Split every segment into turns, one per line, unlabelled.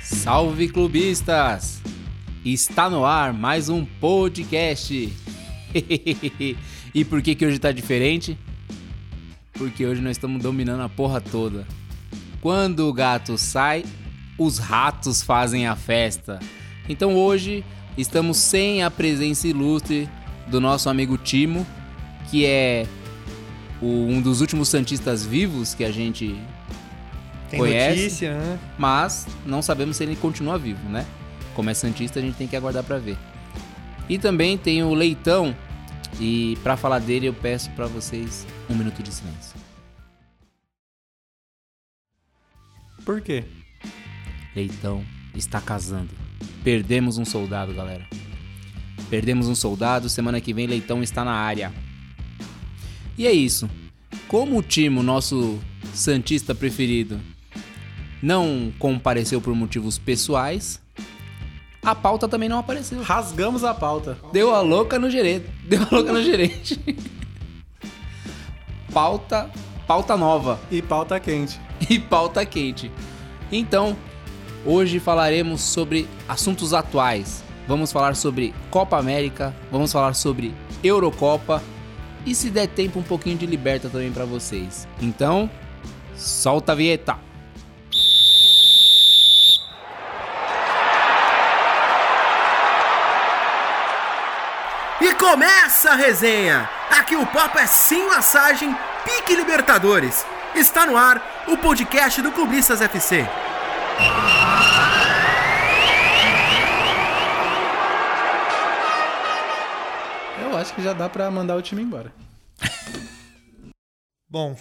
Salve clubistas! Está no ar mais um podcast. e por que que hoje tá diferente? Porque hoje nós estamos dominando a porra toda. Quando o gato sai, os ratos fazem a festa. Então hoje estamos sem a presença ilustre do nosso amigo Timo, que é o- um dos últimos santistas vivos que a gente
Tem
Conhece?
notícia, né?
mas não sabemos se ele continua vivo, né? Como é Santista, a gente tem que aguardar pra ver. E também tem o Leitão, e pra falar dele eu peço pra vocês um minuto de silêncio.
Por quê?
Leitão está casando. Perdemos um soldado, galera. Perdemos um soldado, semana que vem Leitão está na área. E é isso. Como o Timo, nosso Santista preferido, não compareceu por motivos pessoais, a pauta também não apareceu.
Rasgamos a pauta.
Deu a louca no gerente. Deu a louca no gerente. pauta, pauta nova
E pauta quente.
e pauta quente. Então, hoje falaremos sobre assuntos atuais. Vamos falar sobre Copa América, vamos falar sobre Eurocopa e se der tempo um pouquinho de liberta também pra vocês. Então, solta a vinheta.
E começa a resenha! Aqui o papo é sem laçagem, pique Libertadores. Está no ar o podcast do Clubistas FC.
Eu acho que já dá pra mandar o time embora. Bom,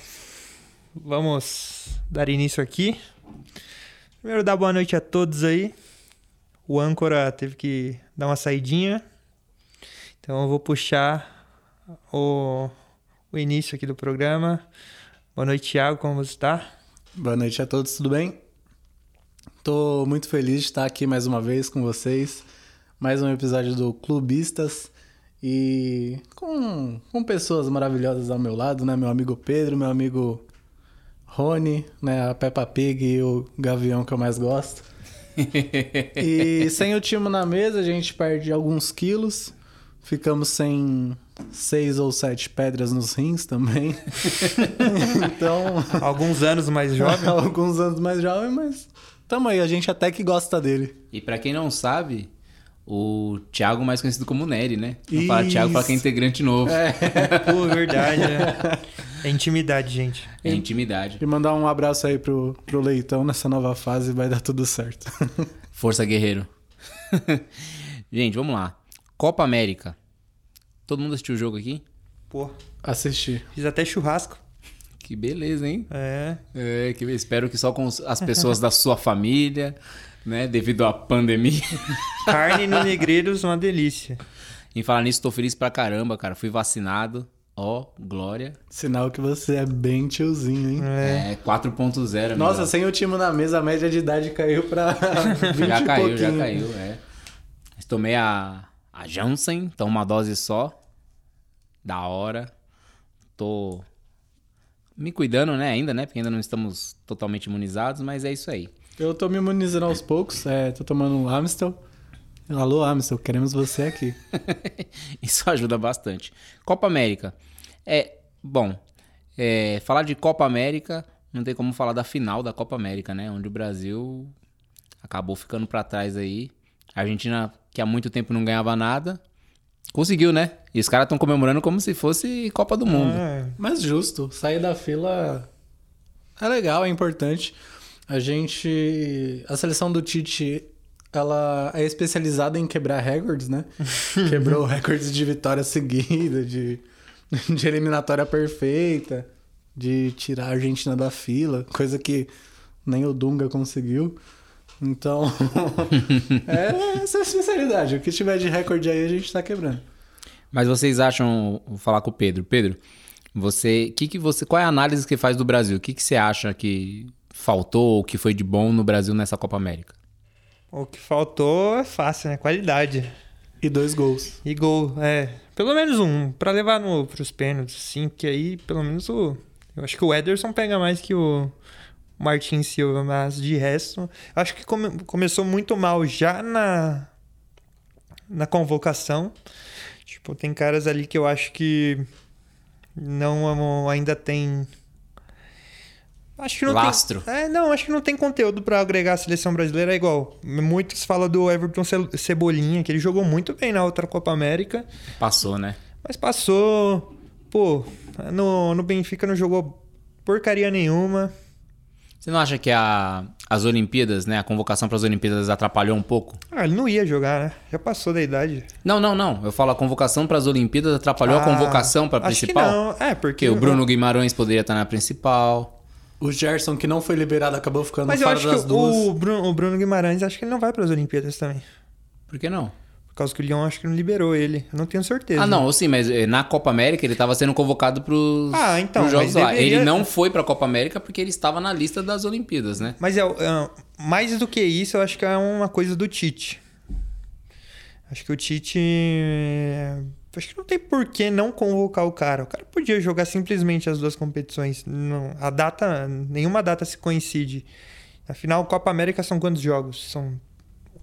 vamos dar início aqui. Primeiro dar boa noite a todos aí. O âncora teve que dar uma saidinha. Então eu vou puxar o, o início aqui do programa. Boa noite, Thiago, como você tá? está?
Boa noite a todos, tudo bem? Tô muito feliz de estar aqui mais uma vez com vocês. Mais um episódio do Clubistas e com, com pessoas maravilhosas ao meu lado, né? Meu amigo Pedro, meu amigo Rony, né? A Peppa Pig e o Gavião que eu mais gosto. e sem o Timo na mesa, a gente perde alguns quilos. Ficamos sem seis ou sete pedras nos rins também. então.
Alguns anos mais jovem.
Jovem, alguns anos mais jovem, mas tamo aí, a gente até que gosta dele.
E pra quem não sabe, o Thiago mais conhecido como Nery, né? Não fala Thiago, fala que é
Isso.
integrante novo.
Pô, verdade, né? É intimidade, gente.
É intimidade.
E mandar um abraço aí pro, pro Leitão nessa nova fase, vai dar tudo certo.
Força Guerreiro. Gente, vamos lá. Copa América. Todo mundo assistiu o jogo aqui?
Pô,
Assistir.
fiz até churrasco.
Que beleza, hein?
É.
É, que be- espero que só com os- as pessoas da sua família, né? Devido à pandemia.
Carne no Negreiros, uma delícia.
em falar nisso, tô feliz pra caramba, cara. Fui vacinado. Ó, glória.
Sinal que você é bem tiozinho, hein?
É, 4.0. amigo.
Nossa, sem o time na mesa, a média de idade caiu pra 20
já
e
caiu,
pouquinho.
já caiu, é. Mas Tomei a, a Janssen, então uma dose só. Da hora. Tô me cuidando, né, ainda, né? Porque ainda não estamos totalmente imunizados, mas é isso aí.
Eu tô me imunizando aos poucos, é, tô tomando um Amstel. Alô, Amstel, queremos você aqui.
Isso ajuda bastante. Copa América. É, bom, é, falar de Copa América, não tem como falar da final da Copa América, né? Onde o Brasil acabou ficando pra trás aí. A Argentina, que há muito tempo não ganhava nada, conseguiu, né? E os caras estão comemorando como se fosse Copa do Mundo.
Ah,
Mas justo, sair da fila é legal, é importante. A gente. A seleção do Tite, ela é especializada em quebrar recordes, né? Quebrou recordes de vitória seguida, de, de eliminatória perfeita, de tirar a Argentina da fila, coisa que nem o Dunga conseguiu. Então, é essa é a especialidade. O que tiver de recorde aí, a gente tá quebrando.
Mas vocês acham, vou falar com o Pedro. Pedro, você, que que você, qual é a análise que você faz do Brasil? O que, que você acha que faltou ou que foi de bom no Brasil nessa Copa América?
o que faltou é fácil, né? Qualidade.
E dois gols.
E gol, é. Pelo menos um, pra levar no, pros pênaltis, sim, porque aí pelo menos o. Eu acho que o Ederson pega mais que o, Martin Silva, mas de resto, acho que come- começou muito mal já na na convocação. Tipo, tem caras ali que eu acho que não ainda tem Acho que não
Lastro.
tem. É, não, acho que não tem conteúdo pra agregar a seleção brasileira. É igual. Muitos falam do Everton Ce- Cebolinha, que ele jogou muito bem na outra Copa América.
Passou, né?
Mas passou. Pô, no, no Benfica não jogou porcaria nenhuma.
Você não acha que a- as Olimpíadas, né? A convocação para as Olimpíadas atrapalhou um pouco?
Ah, ele não ia jogar, né? Já passou da idade.
Não, não, não. Eu falo a convocação para as Olimpíadas atrapalhou a
Ah,
convocação para a
acho que
principal.
não. É, porque
Porque o Bruno Guimarães poderia estar na principal.
O Gerson, que não foi liberado, acabou
tá
ficando
Mas eu
fora
acho
das
que
duas.
o Bruno, o Bruno Guimarães, acho que ele não vai para as Olimpíadas também.
Por que não?
Por causa que o Lyon acho que não liberou ele. Eu não tenho certeza.
Ah, não, sim, mas eh, na Copa América ele estava sendo convocado para os
Ah, então,
jogos
mas
lá.
deveria-
Ele não foi para a Copa América porque ele estava na lista das Olimpíadas, né?
Mas é, é, mais do que isso, eu acho que é uma coisa do Tite. Acho que o Tite. é, Acho que não tem por que não convocar o cara. O cara podia jogar simplesmente as duas competições. Não, a data. Nenhuma data se coincide. Afinal, Copa América são quantos jogos? São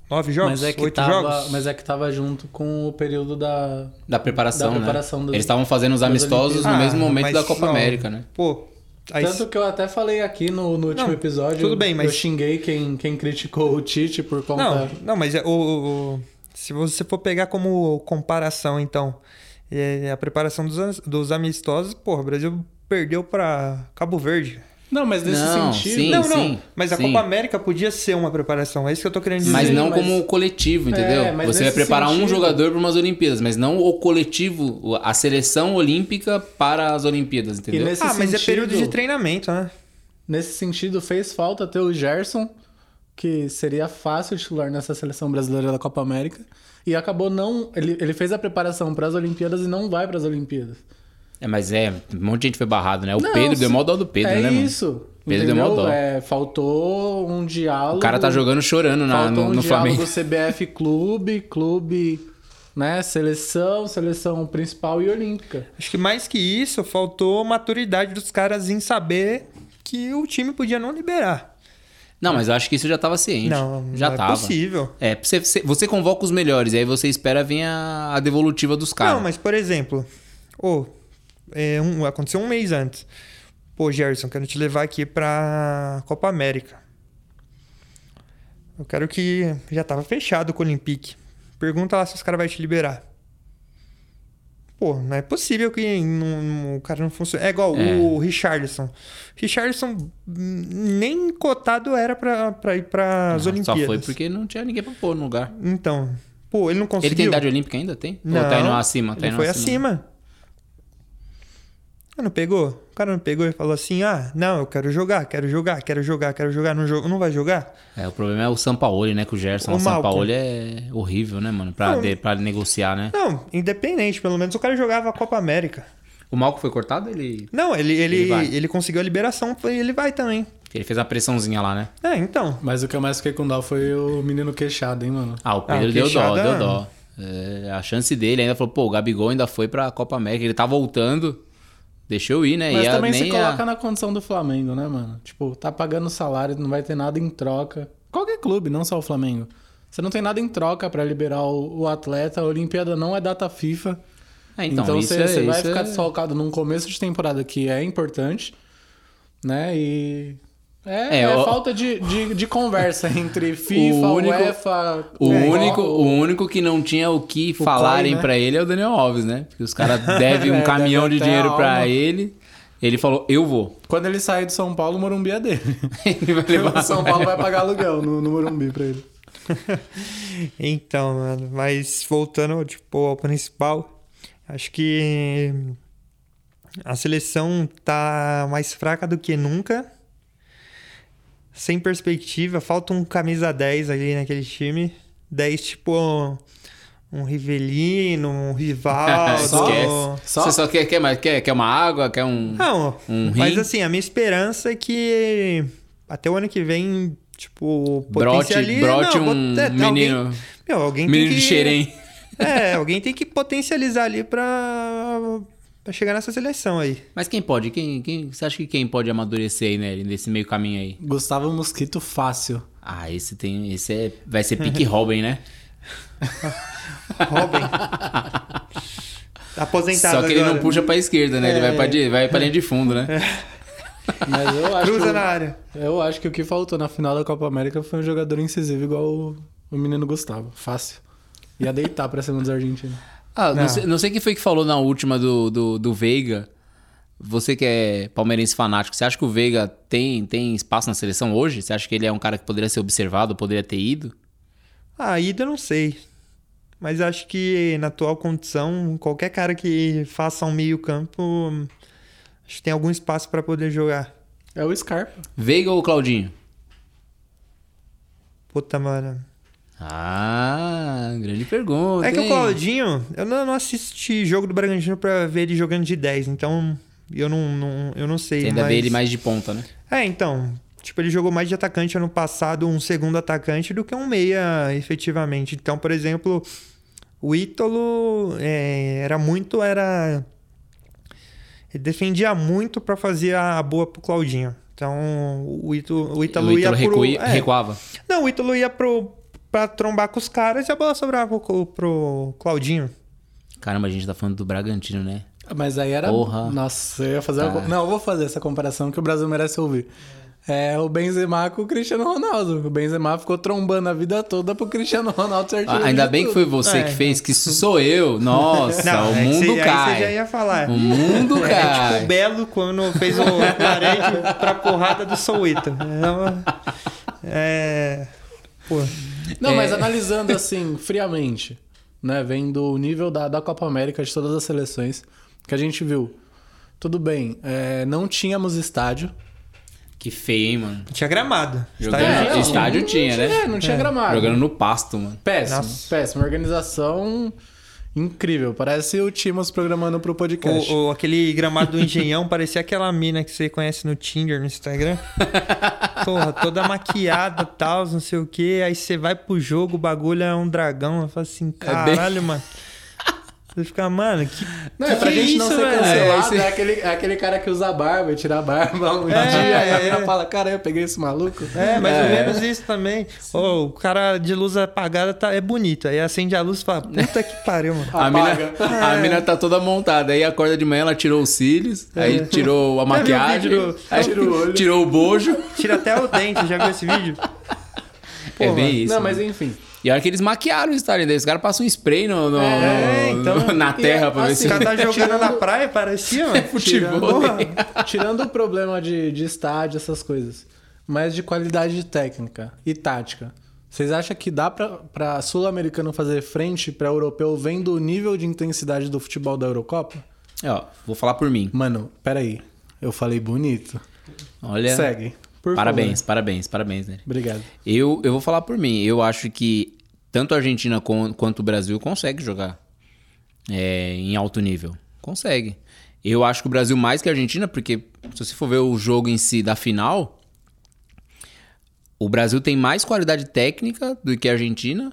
nove jogos?
Mas é, que
Oito
tava,
jogos?
mas é que tava junto com o período da.
Da preparação,
Da preparação
né?
dos-
Eles estavam fazendo os
das
amistosos no
Ah,
mesmo momento
mas
da Copa
não.
América, né?
Pô, aí
Tanto que eu até falei aqui no, no último
Não,
episódio.
tudo bem, mas-
Eu xinguei quem, quem criticou o Tite por conta.
Não, não, mas é, o, o- o- se você for pegar como comparação, então, é, a preparação dos, ans- dos amistosos, porra, o Brasil perdeu pra Cabo Verde.
Não, mas nesse
Não,
sentido.
sim.
não, não, mas a
sim.
Copa América podia ser uma preparação, é isso que eu tô querendo dizer.
Mas não
mas-
como coletivo, entendeu?
É, mas
Você vai
nesse
preparar um
sentido-
jogador para umas Olimpíadas, mas não o coletivo, o- a seleção olímpica para as Olimpíadas, entendeu?
nesse-
Ah, mas é
sentido-
período de treinamento, né?
Nesse sentido, fez falta ter o Gerson, que seria fácil titular nessa seleção brasileira da Copa América. E acabou não. Ele, ele fez a preparação para as Olimpíadas e não vai para as Olimpíadas.
É, mas é, um monte de gente foi barrado, né? O
Não,
Pedro
se-
deu mó dó do Pedro,
é
né, mano?
isso.
Pedro
entendeu?
deu mó dó.
É, faltou um diálogo.
O cara tá jogando chorando na-
Faltou
no,
um
no
diálogo
Flamengo.
CBF Clube, Clube, né? Seleção, seleção principal e olímpica.
Acho que mais que isso, faltou maturidade dos caras em saber que o time podia não liberar.
Não, mas eu acho que isso já tava ciente.
não,
já
não
tava.
é possível.
É, você, você- você convoca os melhores, e aí você espera vir a, a devolutiva dos caras.
Não, mas por exemplo, ô, é, um- aconteceu um mês antes. Pô, Gerson, quero te levar aqui pra Copa América. Eu quero que. Já tava fechado com o Olympique. Pergunta lá se os caras vão te liberar. Pô, não é possível que não- não- o cara não funcione. É igual
É.
o Richardson. Richardson hum, nem cotado era pra, pra ir pras
Não,
Olimpíadas.
Ah, Só foi porque não tinha ninguém pra pôr no lugar.
Então, pô, ele não conseguiu.
Ele tem idade olímpica ainda? Tem? Ou
Não,
tá indo acima? Tá
ele
indo
foi acima. Ah, não pegou? O cara não pegou e falou assim: ah, não, eu quero jogar, quero jogar, quero jogar, quero jogar, não, jogo, não vai jogar?
É, o problema é o Sampaoli, né? Que o Gerson.
O
O,
Malcom.
Sampaoli é horrível, né, mano? Pra,
Hum.
Não.
de- pra negociar, né?
Não, independente, pelo menos o cara jogava a Copa América.
O Malco foi cortado? Ele,
Não, ele, ele,
Ele
ele,
vai.
conseguiu a liberação e ele vai também.
ele fez a pressãozinha lá, né?
É, então.
Mas o que eu mais fiquei com dó foi o menino queixado, hein, mano?
Ah, o Pedro
o
deu dó,
queixada-
deu dó. É, a chance dele ainda falou, pô, o Gabigol ainda foi pra Copa América. Ele tá voltando. Deixa eu ir, né?
Mas
e a-
também
nem
se
a-
coloca na condição do Flamengo, né, mano? Tipo, tá pagando salário, não vai ter nada em troca. Qualquer clube, não só o Flamengo. Você não tem nada em troca pra liberar o, o atleta. A Olimpíada não é data FIFA.
Ah, então,
Então,
isso
você,
é-
você vai
isso
ficar
é-
desfalcado num começo de temporada que é importante, né? E.
É,
É, é
o-
falta de, de, de conversa entre FIFA,
único-
UEFA. né,
O
Convo-
único, o único que não tinha o que falarem
né?
pra ele é o Daniel Alves, né? Porque os caras devem um
É,
caminhão
deve
de
até a
dinheiro pra
alma.
ele. Ele falou, eu vou.
Quando ele sair do São Paulo, o Morumbi é dele.
ele vai levar
O São Paulo vai pagar aluguel no, no Morumbi pra ele.
Então, mano, mas voltando tipo, ao principal, acho que a seleção tá mais fraca do que nunca. Sem perspectiva, falta um camisa 10 ali naquele time. 10 tipo um, um Rivelino, um Rivaldo.
Esquece.
Só-
Você só quer, quer mais? Quer, quer uma água? Quer um.
Não,
Um
Ah, mas
rim?
assim, a minha esperança é que até o ano que vem, tipo,
Brote-
potencialize-
brote
não,
um
bot- é, alguém-
menino-
meu, alguém tem
menino de
que-
xerém.
é, alguém tem que potencializar ali pra pra chegar nessa seleção aí.
Mas quem pode? Quem, quem, você acha que quem pode amadurecer aí, né? Nesse meio caminho aí?
Gustavo Mosquito fácil.
Ah, esse tem. Esse é, vai ser pique Robin, né?
Robin. Tá
Só
Aposentado
que ele
agora. É.
não puxa pra esquerda, né? Ele vai pra, di- vai pra linha de fundo, né?
Mas eu acho,
Cruza
que,
na área.
eu acho que o que faltou na final da Copa América foi um jogador incisivo igual o, o menino Gustavo. Fácil. Ia deitar pra cima dos argentinos.
Ah, não.
Não.
sei, não sei quem foi que falou na última do, do, do Veiga. Você que é palmeirense fanático, você acha que o Veiga tem, tem espaço na seleção hoje? Você acha que ele é um cara que poderia ser observado, poderia ter ido?
Ah, A ida eu não sei. Mas acho que na atual condição, qualquer cara que faça um meio campo, acho que tem algum espaço pra poder jogar.
É o Scarpa.
Veiga ou Claudinho?
Puta, mano.
Ah, grande pergunta.
É que o
hein?
Claudinho, eu não, não assisti jogo do Bragantino pra ver ele jogando de 10, então eu não, não- eu não sei.
Você ainda vê
mas-
ele mais de ponta, né?
É, então. Tipo, ele jogou mais de atacante ano passado, um segundo atacante, do que um meia, efetivamente. Então, por exemplo, o Ítalo é, era muito. era Ele defendia muito pra fazer a boa pro Claudinho. Então, o, Ítalo, o Ítalo
o
ia
Ítalo
pro.
recua-
é.
recuava.
Não, o Ítalo ia pro, pra trombar com os caras e a bola sobrava pro, pro Claudinho.
Caramba, a gente tá falando do Bragantino, né?
Mas aí era.
Porra.
Nossa, eu ia fazer. uma
Tá.
co- Não, eu vou fazer essa comparação que o Brasil merece ouvir. É o Benzema com o Cristiano Ronaldo. O Benzema ficou trombando a vida toda pro Cristiano Ronaldo ser
Ah,
artilheiro
ainda
de
bem que
tudo.
foi você
É,
que fez, que isso sou eu. Nossa, o
é que
mundo
cê- Aí
cai.
você já ia falar.
O mundo
É,
cai.
tipo o Belo quando fez o parede pra porrada do Souito. É, uma- é, pô,
Não, mas
É.
analisando assim, friamente, né? Vendo o nível da, da Copa América de todas as seleções, que a gente viu. Tudo bem, é, não tínhamos estádio.
Que feio, hein, mano?
tinha gramado. Tá
Jogando-
Estádio-
É, estádio
não
tinha, né?
É, não tinha
Ah,
gramado.
Jogando no pasto, mano.
Péssimo,
Nossa.
péssimo. Organização incrível. Parece o Timos programando pro podcast.
O, o- aquele gramado do Engenhão parecia aquela mina que você conhece no Tinder, no Instagram. Porra, toda maquiada, tal, não sei o quê. Aí você vai pro jogo, o bagulho é um dragão. Eu falo assim,
É
bem-
caralho, mano. Você fica, mano, que.
Não, é pra
que
gente não
isso,
ser
velho?
É,
cancelado.
esse-
É, aquele, é aquele cara que usa a barba e tira a barba um dia. Aí a mina fala, cara, eu peguei esse maluco.
É, mais ou menos isso também. Ô, o cara de luz apagada tá, é bonito. Aí acende a luz e fala, puta que pariu, mano.
A mina,
Apaga.
É.
a mina tá toda montada. Aí acorda de manhã, ela tirou os cílios,
É.
aí tirou a maquiagem,
vídeo do-
aí
Tira o olho.
tirou o bojo.
Tira até o dente, já viu esse vídeo?
é bem isso.
não, mas
mano.
enfim.
E a hora que eles maquiaram o estádio deles, os caras passam um spray no, no-
É,
no-
então,
na terra
e é
pra ver
assim,
O
se. É
cara tá jogando
Tirando-
na praia, parecia, mano.
Futebol. É
Tirando, tirando o problema de, de estádio, essas coisas, mas de qualidade técnica e tática. Vocês acham que dá pra- pra sul-americano fazer frente pra europeu vendo o nível de intensidade do futebol da Eurocopa?
É, Ó, vou falar por mim.
Mano, peraí. Eu falei bonito.
Olha.
Segue. Por
parabéns,
favor.
parabéns, parabéns, né?
Obrigado.
Eu, eu vou falar por mim. Eu acho que tanto a Argentina com- quanto o Brasil consegue jogar é, em alto nível. Consegue. Eu acho que o Brasil mais que a Argentina, porque se você for ver o jogo em si da final, o Brasil tem mais qualidade técnica do que a Argentina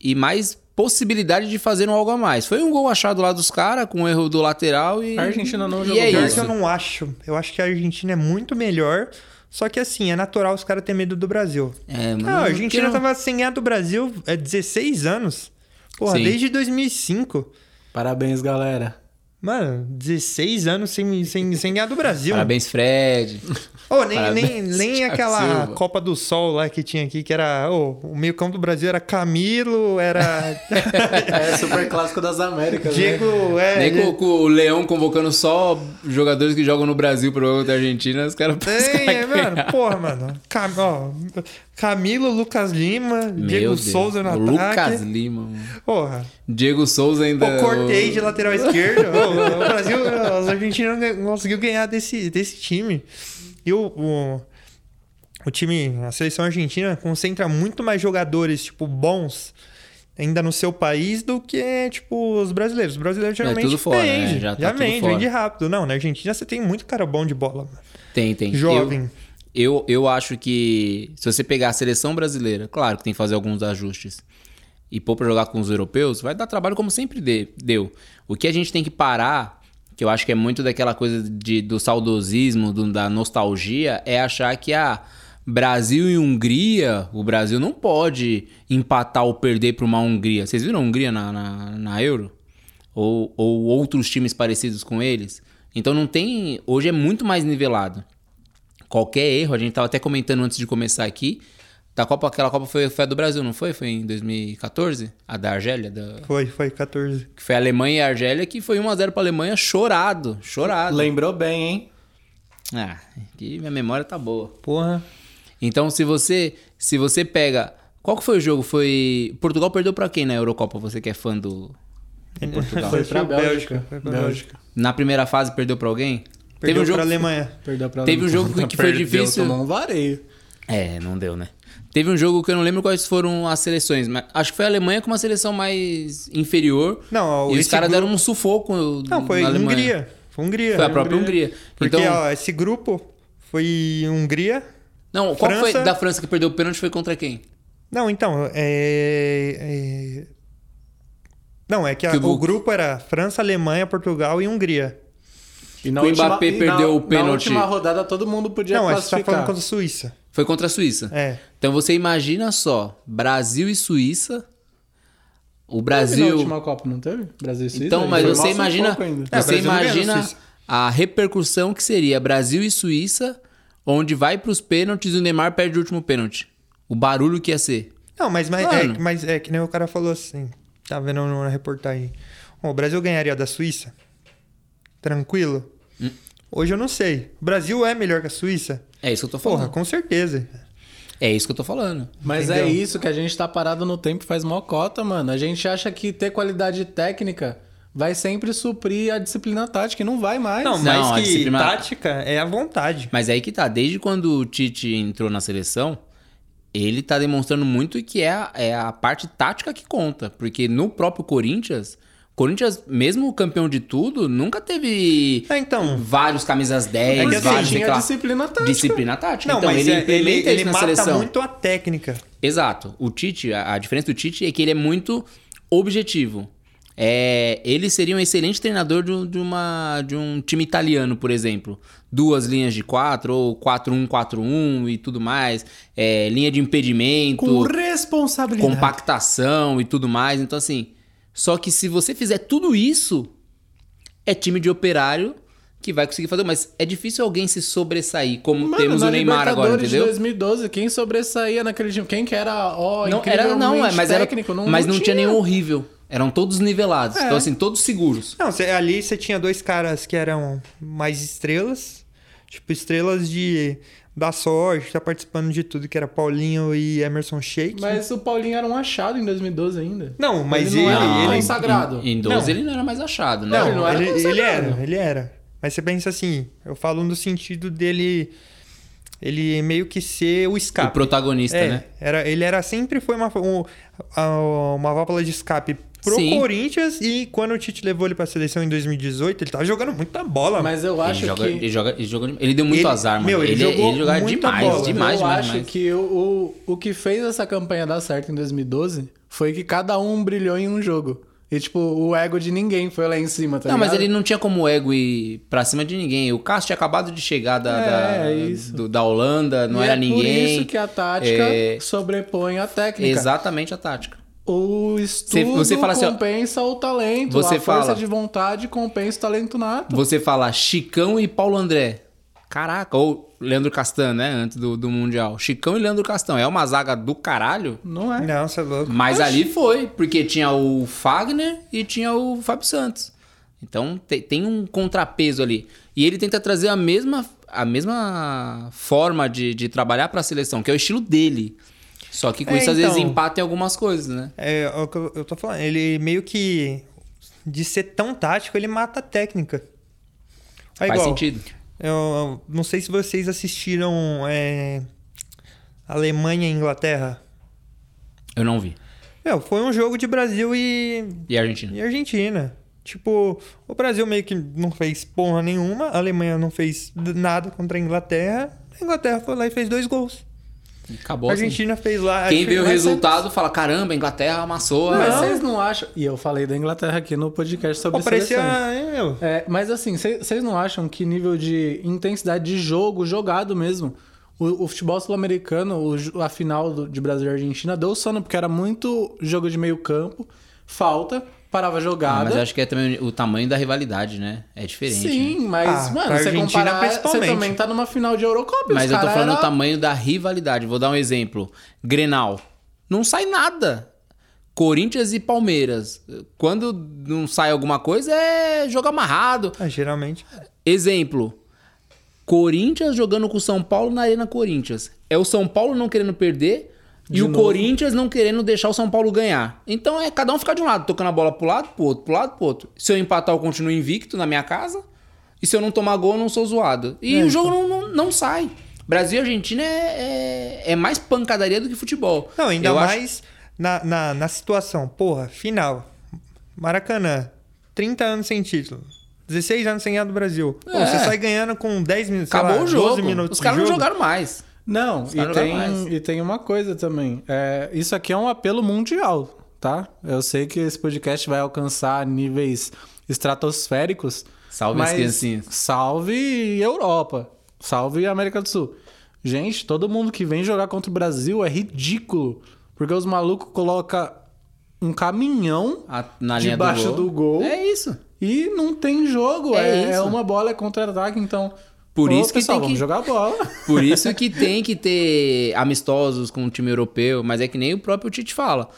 e mais possibilidade de fazer um algo a mais. Foi um gol achado lá dos caras, com um erro do lateral e.
A Argentina não
E
jogou
é
bem.
Pior
isso.
que eu não acho. Eu acho que a Argentina é muito melhor. Só que assim, é natural os caras terem medo do Brasil.
Ah,
É,
Não, a Argentina
não-
tava sem ganhar do Brasil há 16 anos. Porra,
Sim.
desde 2005.
Parabéns, galera.
Mano, 16 anos sem, sem, sem ganhar do Brasil.
Parabéns, Fred.
Oh, nem,
Parabéns,
nem, nem
Thiago
aquela
Silva.
Copa do Sol lá que tinha aqui, que era. ô, o meio-campo do Brasil era Camilo, era.
É super clássico das Américas. né?
Diego. É,
Nem
Diego-
com, com o Leão convocando só jogadores que jogam no Brasil pro jogo da Argentina, os caras os
Tem,
caras
é,
ganham.
mano, porra, mano. Cam- ó, Camilo, Lucas Lima,
Meu
Diego
Deus.
Souza na
Lucas
ataque.
Lima, mano.
Porra.
Diego Souza ainda.
Pô, cortei de lateral esquerdo. Ô, o Brasil, os argentinos não conseguiu ganhar desse, desse time. E o, o, o time, a seleção argentina concentra muito mais jogadores, tipo, bons ainda no seu país do que, tipo, os brasileiros. Os brasileiros
É,
geralmente
tudo fora, né?
vende,
Já tá tudo
vende,
fora.
vende rápido. Não, na Argentina você tem muito cara bom de bola, mano.
Tem, tem.
jovem.
Eu, eu, eu acho que se você pegar a seleção brasileira, claro que tem que fazer alguns ajustes e pôr pra jogar com os europeus, vai dar trabalho como sempre de- deu. O que a gente tem que parar que eu acho que é muito daquela coisa de, do saudosismo, do- da nostalgia, é achar que a Brasil e Hungria, o Brasil não pode empatar ou perder para uma Hungria. Vocês viram a Hungria na, na, na Euro? Ou, ou outros times parecidos com eles? Então não tem. Hoje é muito mais nivelado qualquer erro, a gente tava até comentando antes de começar aqui, da Copa, aquela Copa foi, foi a do Brasil, não foi? Foi em 2014? A da Argélia? da-
Foi, foi 14.
que foi a Alemanha e a Argélia, que foi 1x0 pra Alemanha, chorado, chorado.
Lembrou bem, hein?
Ah, que minha memória tá boa.
Porra.
Então, se você se você pega... Qual que foi o jogo? Foi... Portugal perdeu pra quem na Eurocopa? Você que é fã do... Portugal.
Foi
pra
pra
Bélgica.
Bélgica. Foi pra Bélgica.
Na primeira fase perdeu pra alguém? Teve
Perdeu
um jogo...
pra Alemanha.
Perdeu pra
Teve um jogo que foi
Perdeu,
difícil.
Tomou um vareio.
É, não deu, né? Teve um jogo que eu não lembro quais foram as seleções, mas acho que foi a Alemanha com uma seleção mais inferior.
Não,
e os
esse
caras
grupo-
deram um sufoco
Não, foi
na Alemanha.
Hungria. Foi Hungria.
Foi a própria Hungria.
Porque,
então,
ó, esse grupo foi Hungria.
não, qual
França-
foi da França que perdeu o pênalti foi contra quem?
Não, então, é... é- Não, é que, a-
Que o-
o grupo era França, Alemanha, Portugal e Hungria.
E na
O
última-
Mbappé
e na-
perdeu o
Na
pênalti.
última rodada todo mundo podia
não, você tá
classificar.
falando contra a Suíça.
Foi contra a Suíça.
É.
Então você imagina só, Brasil e Suíça.
é
O
Teve na
Brasil
última Copa, não teve? Brasil e Suíça?
Então,
né?
Ele
mas
foi
você
mal um
imagina,
pouco ainda.
É,
você
Brasil não ganha na
imagina
Suíça.
a repercussão que seria Brasil e Suíça, onde vai pros pênaltis e o Neymar perde o último pênalti. O barulho que ia ser.
Não, mas, mas, é,
Mano.
mas é que nem o cara falou assim. Tá vendo na reportagem. Ó, o Brasil ganharia da Suíça? Tranquilo?
Hum.
Hoje eu não sei. O Brasil é melhor que a Suíça?
É isso que eu tô
Porra,
falando.
com certeza.
É isso que eu tô falando.
Mas é
Entendeu?
isso que a gente tá parado no tempo faz mó cota, mano. A gente acha que ter qualidade técnica vai sempre suprir a disciplina tática e não vai mais.
Não,
Não,
mas
a
que
disciplina-
tática é à vontade.
Mas aí que tá, desde quando o Tite entrou na seleção, ele tá demonstrando muito que é a, é a parte tática que conta. Porque no próprio Corinthians, Corinthians, mesmo campeão de tudo, nunca teve
Ah, então.
vários camisas 10,
É que assim,
vários, sei
tinha
lá,
disciplina tática.
disciplina tática.
Não,
então
mas
ele
é- ele,
implementa
ele
isso na
mata
seleção.
muito a técnica.
Exato. O Tite, a, a diferença do Tite é que ele é muito objetivo. É, ele seria um excelente treinador de, um- de uma, de um time italiano, por exemplo. Duas linhas de quatro, ou 4-1-4-1 e tudo mais. É, linha de impedimento,
Com responsabilidade.
compactação e tudo mais. Então, assim. Só que se você fizer tudo isso, é time de operário que vai conseguir fazer. Mas é difícil alguém se sobressair, como
Mano,
temos
na
o Neymar agora,
Libertadores
entendeu?
de 2012, quem sobressaía naquele time? Quem que era, ó,
Não, era, não, é, mas, era,
um, técnico?
mas não tinha nenhum horrível. Eram todos nivelados.
É.
Então, assim, todos seguros.
Não, cê- ali você tinha dois caras que eram mais estrelas. Tipo, estrelas de da sorte, tá participando de tudo, que era Paulinho e Emerson Sheik.
Mas o Paulinho era um achado em 2012 ainda.
Não, mas ele.
Ele não era
ele-
mais- consagrado.
Em, em 12
Não.
ele não era mais achado, né?
Não,
ele não era um
ele, ele
consagrado.
era, ele era. Mas você pensa assim, eu falo no sentido dele. Ele meio que ser o escape.
o protagonista,
é,
né?
era, ele era sempre foi uma, um- a- uma válvula de escape pro
Sim.
Corinthians e quando o Tite levou ele pra seleção em 2018, ele tava jogando muita bola. mano.
Mas eu
Ele
acho
joga,
que...
ele, joga, ele, joga demais. Ele deu muito
Ele-
azar, mano.
meu, ele jogou
jogava
muita
demais,
bola.
demais,
eu
demais,
acho
demais.
que o, o, o que fez essa campanha dar certo em 2012 foi que cada um brilhou em um jogo. E, tipo, o ego de ninguém foi lá em cima, tá
Não, mas
ligado?
ele não tinha como ego ir pra cima de ninguém. O Cássio tinha acabado de chegar da,
É,
da,
é isso.
do- da Holanda, não
E
era
é
ninguém.
por isso que a tática
É.
sobrepõe a técnica.
Exatamente a tática.
O estudo
você fala assim, ó,
compensa o talento.
você
a força
fala-
de vontade compensa o talento nato.
Você fala Chicão e Paulo André. Caraca, ou Leandro Castan, né? Antes do, do Mundial. Chicão e Leandro Castan. É uma zaga do caralho.
Não é?
Não, você é louco.
Mas ali foi, porque tinha o Fagner e tinha o Fábio Santos. Então te- tem um contrapeso ali. E ele tenta trazer a mesma, a mesma forma de, de trabalhar para a seleção, que é o estilo dele. Só que com
É,
isso, às vezes,
então.
empata em algumas coisas, né?
É, é o que eu eu tô falando. Ele meio que. De ser tão tático, ele mata a técnica. É
Faz
igual,
sentido.
Eu não sei se vocês assistiram é, Alemanha e Inglaterra.
Eu não vi.
Meu, foi um jogo de Brasil e,
E a Argentina?
e Argentina. Tipo, o Brasil meio que não fez porra nenhuma, a Alemanha não fez d- nada contra a Inglaterra. A Inglaterra foi lá e fez dois gols.
Acabou
a
assim.
Argentina fez lá.
Quem
acho
vê o
que-
resultado fala: caramba, a Inglaterra amassou.
Mas
né?"
vocês não acham. E eu falei da Inglaterra aqui no podcast sobre
Pô, parecia.
seleções.
é, meu.
É, mas assim, vocês não acham que nível de intensidade de jogo, jogado mesmo, o, o futebol sul-americano, o ju- a final do- de Brasil e Argentina, deu sono, porque era muito jogo de meio campo, falta, parava a
Ah,
jogada.
mas eu acho que é também o tamanho da rivalidade, né? É diferente. né?
Sim, mas,
Ah,
mano,
pra
você
Argentina,
comparar, você
principalmente.
também tá numa final de Eurocopa.
Mas
os
eu tô
cara
falando
era-
o tamanho da rivalidade. Vou dar um exemplo. Grenal. Não sai nada. Corinthians e Palmeiras. Quando não sai alguma coisa, é jogo amarrado.
Ah, geralmente.
Exemplo. Corinthians jogando com o São Paulo na Arena Corinthians. É o São Paulo não querendo perder e
De
o
novo.
Corinthians não querendo deixar o São Paulo ganhar. Então é cada um ficar de um lado, tocando a bola pro lado, pro outro, pro lado, pro outro. Se eu empatar, eu continuo invicto na minha casa. E se eu não tomar gol, eu não sou zoado. E
É,
o jogo
então.
não, não, não sai. Brasil e Argentina é, é, é mais pancadaria do que futebol.
Não, ainda
Eu acho-
mais na, na, na situação. Porra, final. Maracanã. 30 anos sem título. 16 anos sem ganhar do Brasil. Pô,
É.
você sai ganhando com 10 minutos. sei
Acabou
lá,
o jogo.
12 minutos
Os
de
caras não
jogo.
jogaram mais.
Não,
caras
e
não dá mais.
tem, e tem uma coisa também. É, isso aqui é um apelo mundial, tá? Eu sei que esse podcast vai alcançar níveis estratosféricos.
Salve as criancinhas.
Salve Europa. Salve América do Sul. Gente, todo mundo que vem jogar contra o Brasil é ridículo. Porque os malucos colocam um caminhão
A- na linha
debaixo
do gol. É isso.
e não tem jogo.
É
É, é
isso.
uma bola, é contra-ataque, então.
Por
ô,
isso que
pessoal,
tem
vamos
que-
jogar bola.
Por isso que tem que ter amistosos com o time europeu, mas é que nem o próprio Tite fala.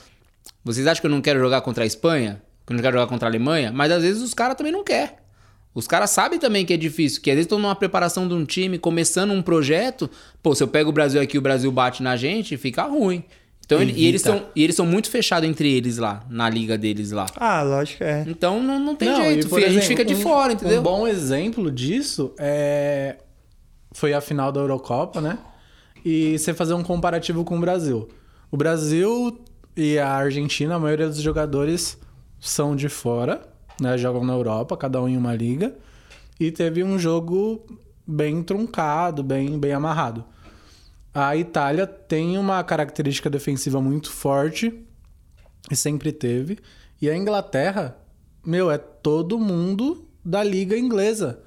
Vocês acham que eu não quero jogar contra a Espanha? Que eu não quero jogar contra a Alemanha? Mas às vezes os caras também não quer. Os caras sabem também que é difícil, que às vezes estão numa preparação de um time, começando um projeto. Pô, se eu pego o Brasil aqui e o Brasil bate na gente, fica ruim. Então, ele- e, eles são, e eles são muito fechados entre eles lá, na liga deles lá.
Ah, lógico, que é.
Então não, não tem
Não, e,
jeito,
por
filho, a gente
exemplo,
fica de
um-
fora, entendeu?
Um bom exemplo disso é... foi a final da Eurocopa, né? E você fazer um comparativo com o Brasil. O Brasil e a Argentina, a maioria dos jogadores são de fora, né? Jogam na Europa, cada um em uma liga. E teve um jogo bem truncado, bem, bem amarrado. A Itália tem uma característica defensiva muito forte, e sempre teve. E a Inglaterra, meu, é todo mundo da liga inglesa.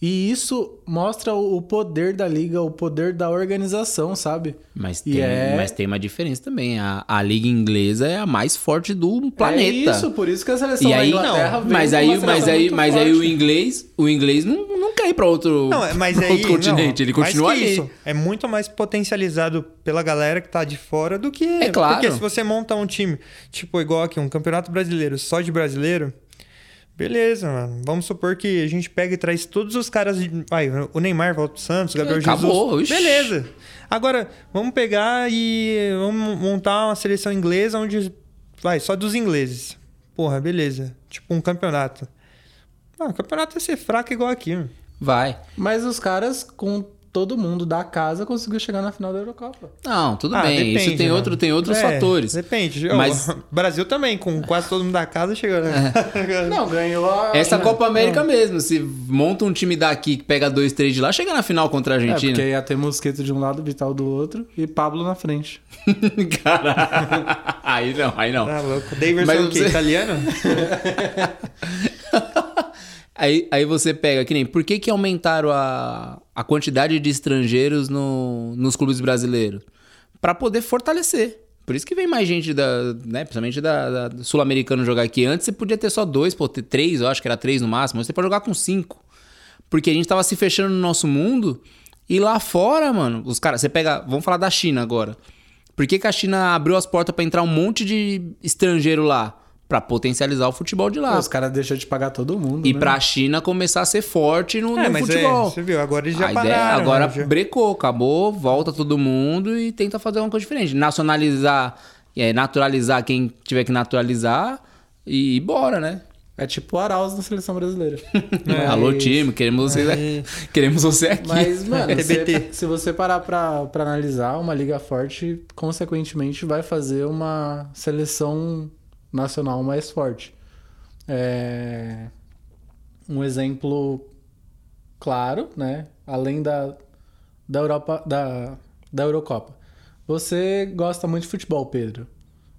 E isso mostra o o poder da liga, o poder da organização, sabe?
Mas
E
tem,
é-
mas tem uma diferença também. A, a liga inglesa é a mais forte do
É
planeta.
isso, por isso que a seleção
E
da
aí,
Inglaterra
não,
veio
mas
com
aí,
uma seleção
mas aí,
muito
mas aí o
forte.
inglês, o inglês não, não quer ir para outro,
Não, é- mas
pra
aí,
outro continente,
não,
ele continua
mais que
ali.
isso, é muito mais potencializado pela galera que tá de fora do que...
É claro.
Porque se você monta um time, tipo, igual aqui, um campeonato brasileiro só de brasileiro, beleza, mano. Vamos supor que a gente pega e traz todos os caras... De... Vai, o Neymar volta pro Santos, o Gabriel
Acabou,
Jesus...
ixi.
Beleza. Agora, vamos pegar e vamos montar uma seleção inglesa onde... Vai, só dos ingleses. Porra, beleza. Tipo, um campeonato. Ah, o campeonato ia ser fraco igual aqui, mano.
Vai.
Mas os caras, com todo mundo da casa, conseguiu chegar na final da Eurocopa.
Não, tudo
Ah,
bem. isso
depende,
tem
né?
outro, tem outros
É,
fatores.
Depende.
Mas-
Mas... O Brasil também, com quase todo mundo da casa chegando. né?
É.
Não, ganhou a...
Essa
Ah,
né?
Copa América
é.
mesmo, se monta um time daqui que pega dois, três de lá, chega na final contra a
É,
Argentina.
porque ia ter Mosquito de um lado, Vital do outro e Pablo na frente.
Caralho. Aí não, aí não.
Tá louco.
Mas
Davidson
não
o quê?
sei-
Italiano?
Aí, aí você pega, que nem, por que, que aumentaram a, a quantidade de estrangeiros no- nos clubes brasileiros? Pra poder fortalecer. Por isso que vem mais gente, da, né, principalmente da, da- do sul-americano jogar aqui. Antes você podia ter só dois, pô, ter três, eu acho que era três no máximo. Hoje Você pode jogar com cinco. Porque a gente tava se fechando no nosso mundo e lá fora, mano, os caras. Você pega. Vamos falar da China agora. Por que, que a China abriu as portas pra entrar um monte de estrangeiro lá? Pra potencializar o futebol de lá.
Os caras deixaram de pagar todo mundo,
E
né?
pra China começar a ser forte no,
É,
no
mas é,
futebol.
você viu, agora eles já
a
pararam.
ideia agora
né? Já-
brecou, acabou, volta todo mundo e tenta fazer alguma coisa diferente. Nacionalizar, é, naturalizar quem tiver que naturalizar e, e bora, né?
É tipo o Arauz na seleção brasileira.
É
Alô, time, queremos você, queremos você aqui. É
Mas, mano, se,
TBT.
se você parar pra, pra analisar, uma liga forte, consequentemente, vai fazer uma seleção nacional mais forte. É, Um exemplo claro, né? Além da, da Europa, da, da Eurocopa. Você gosta muito de futebol, Pedro.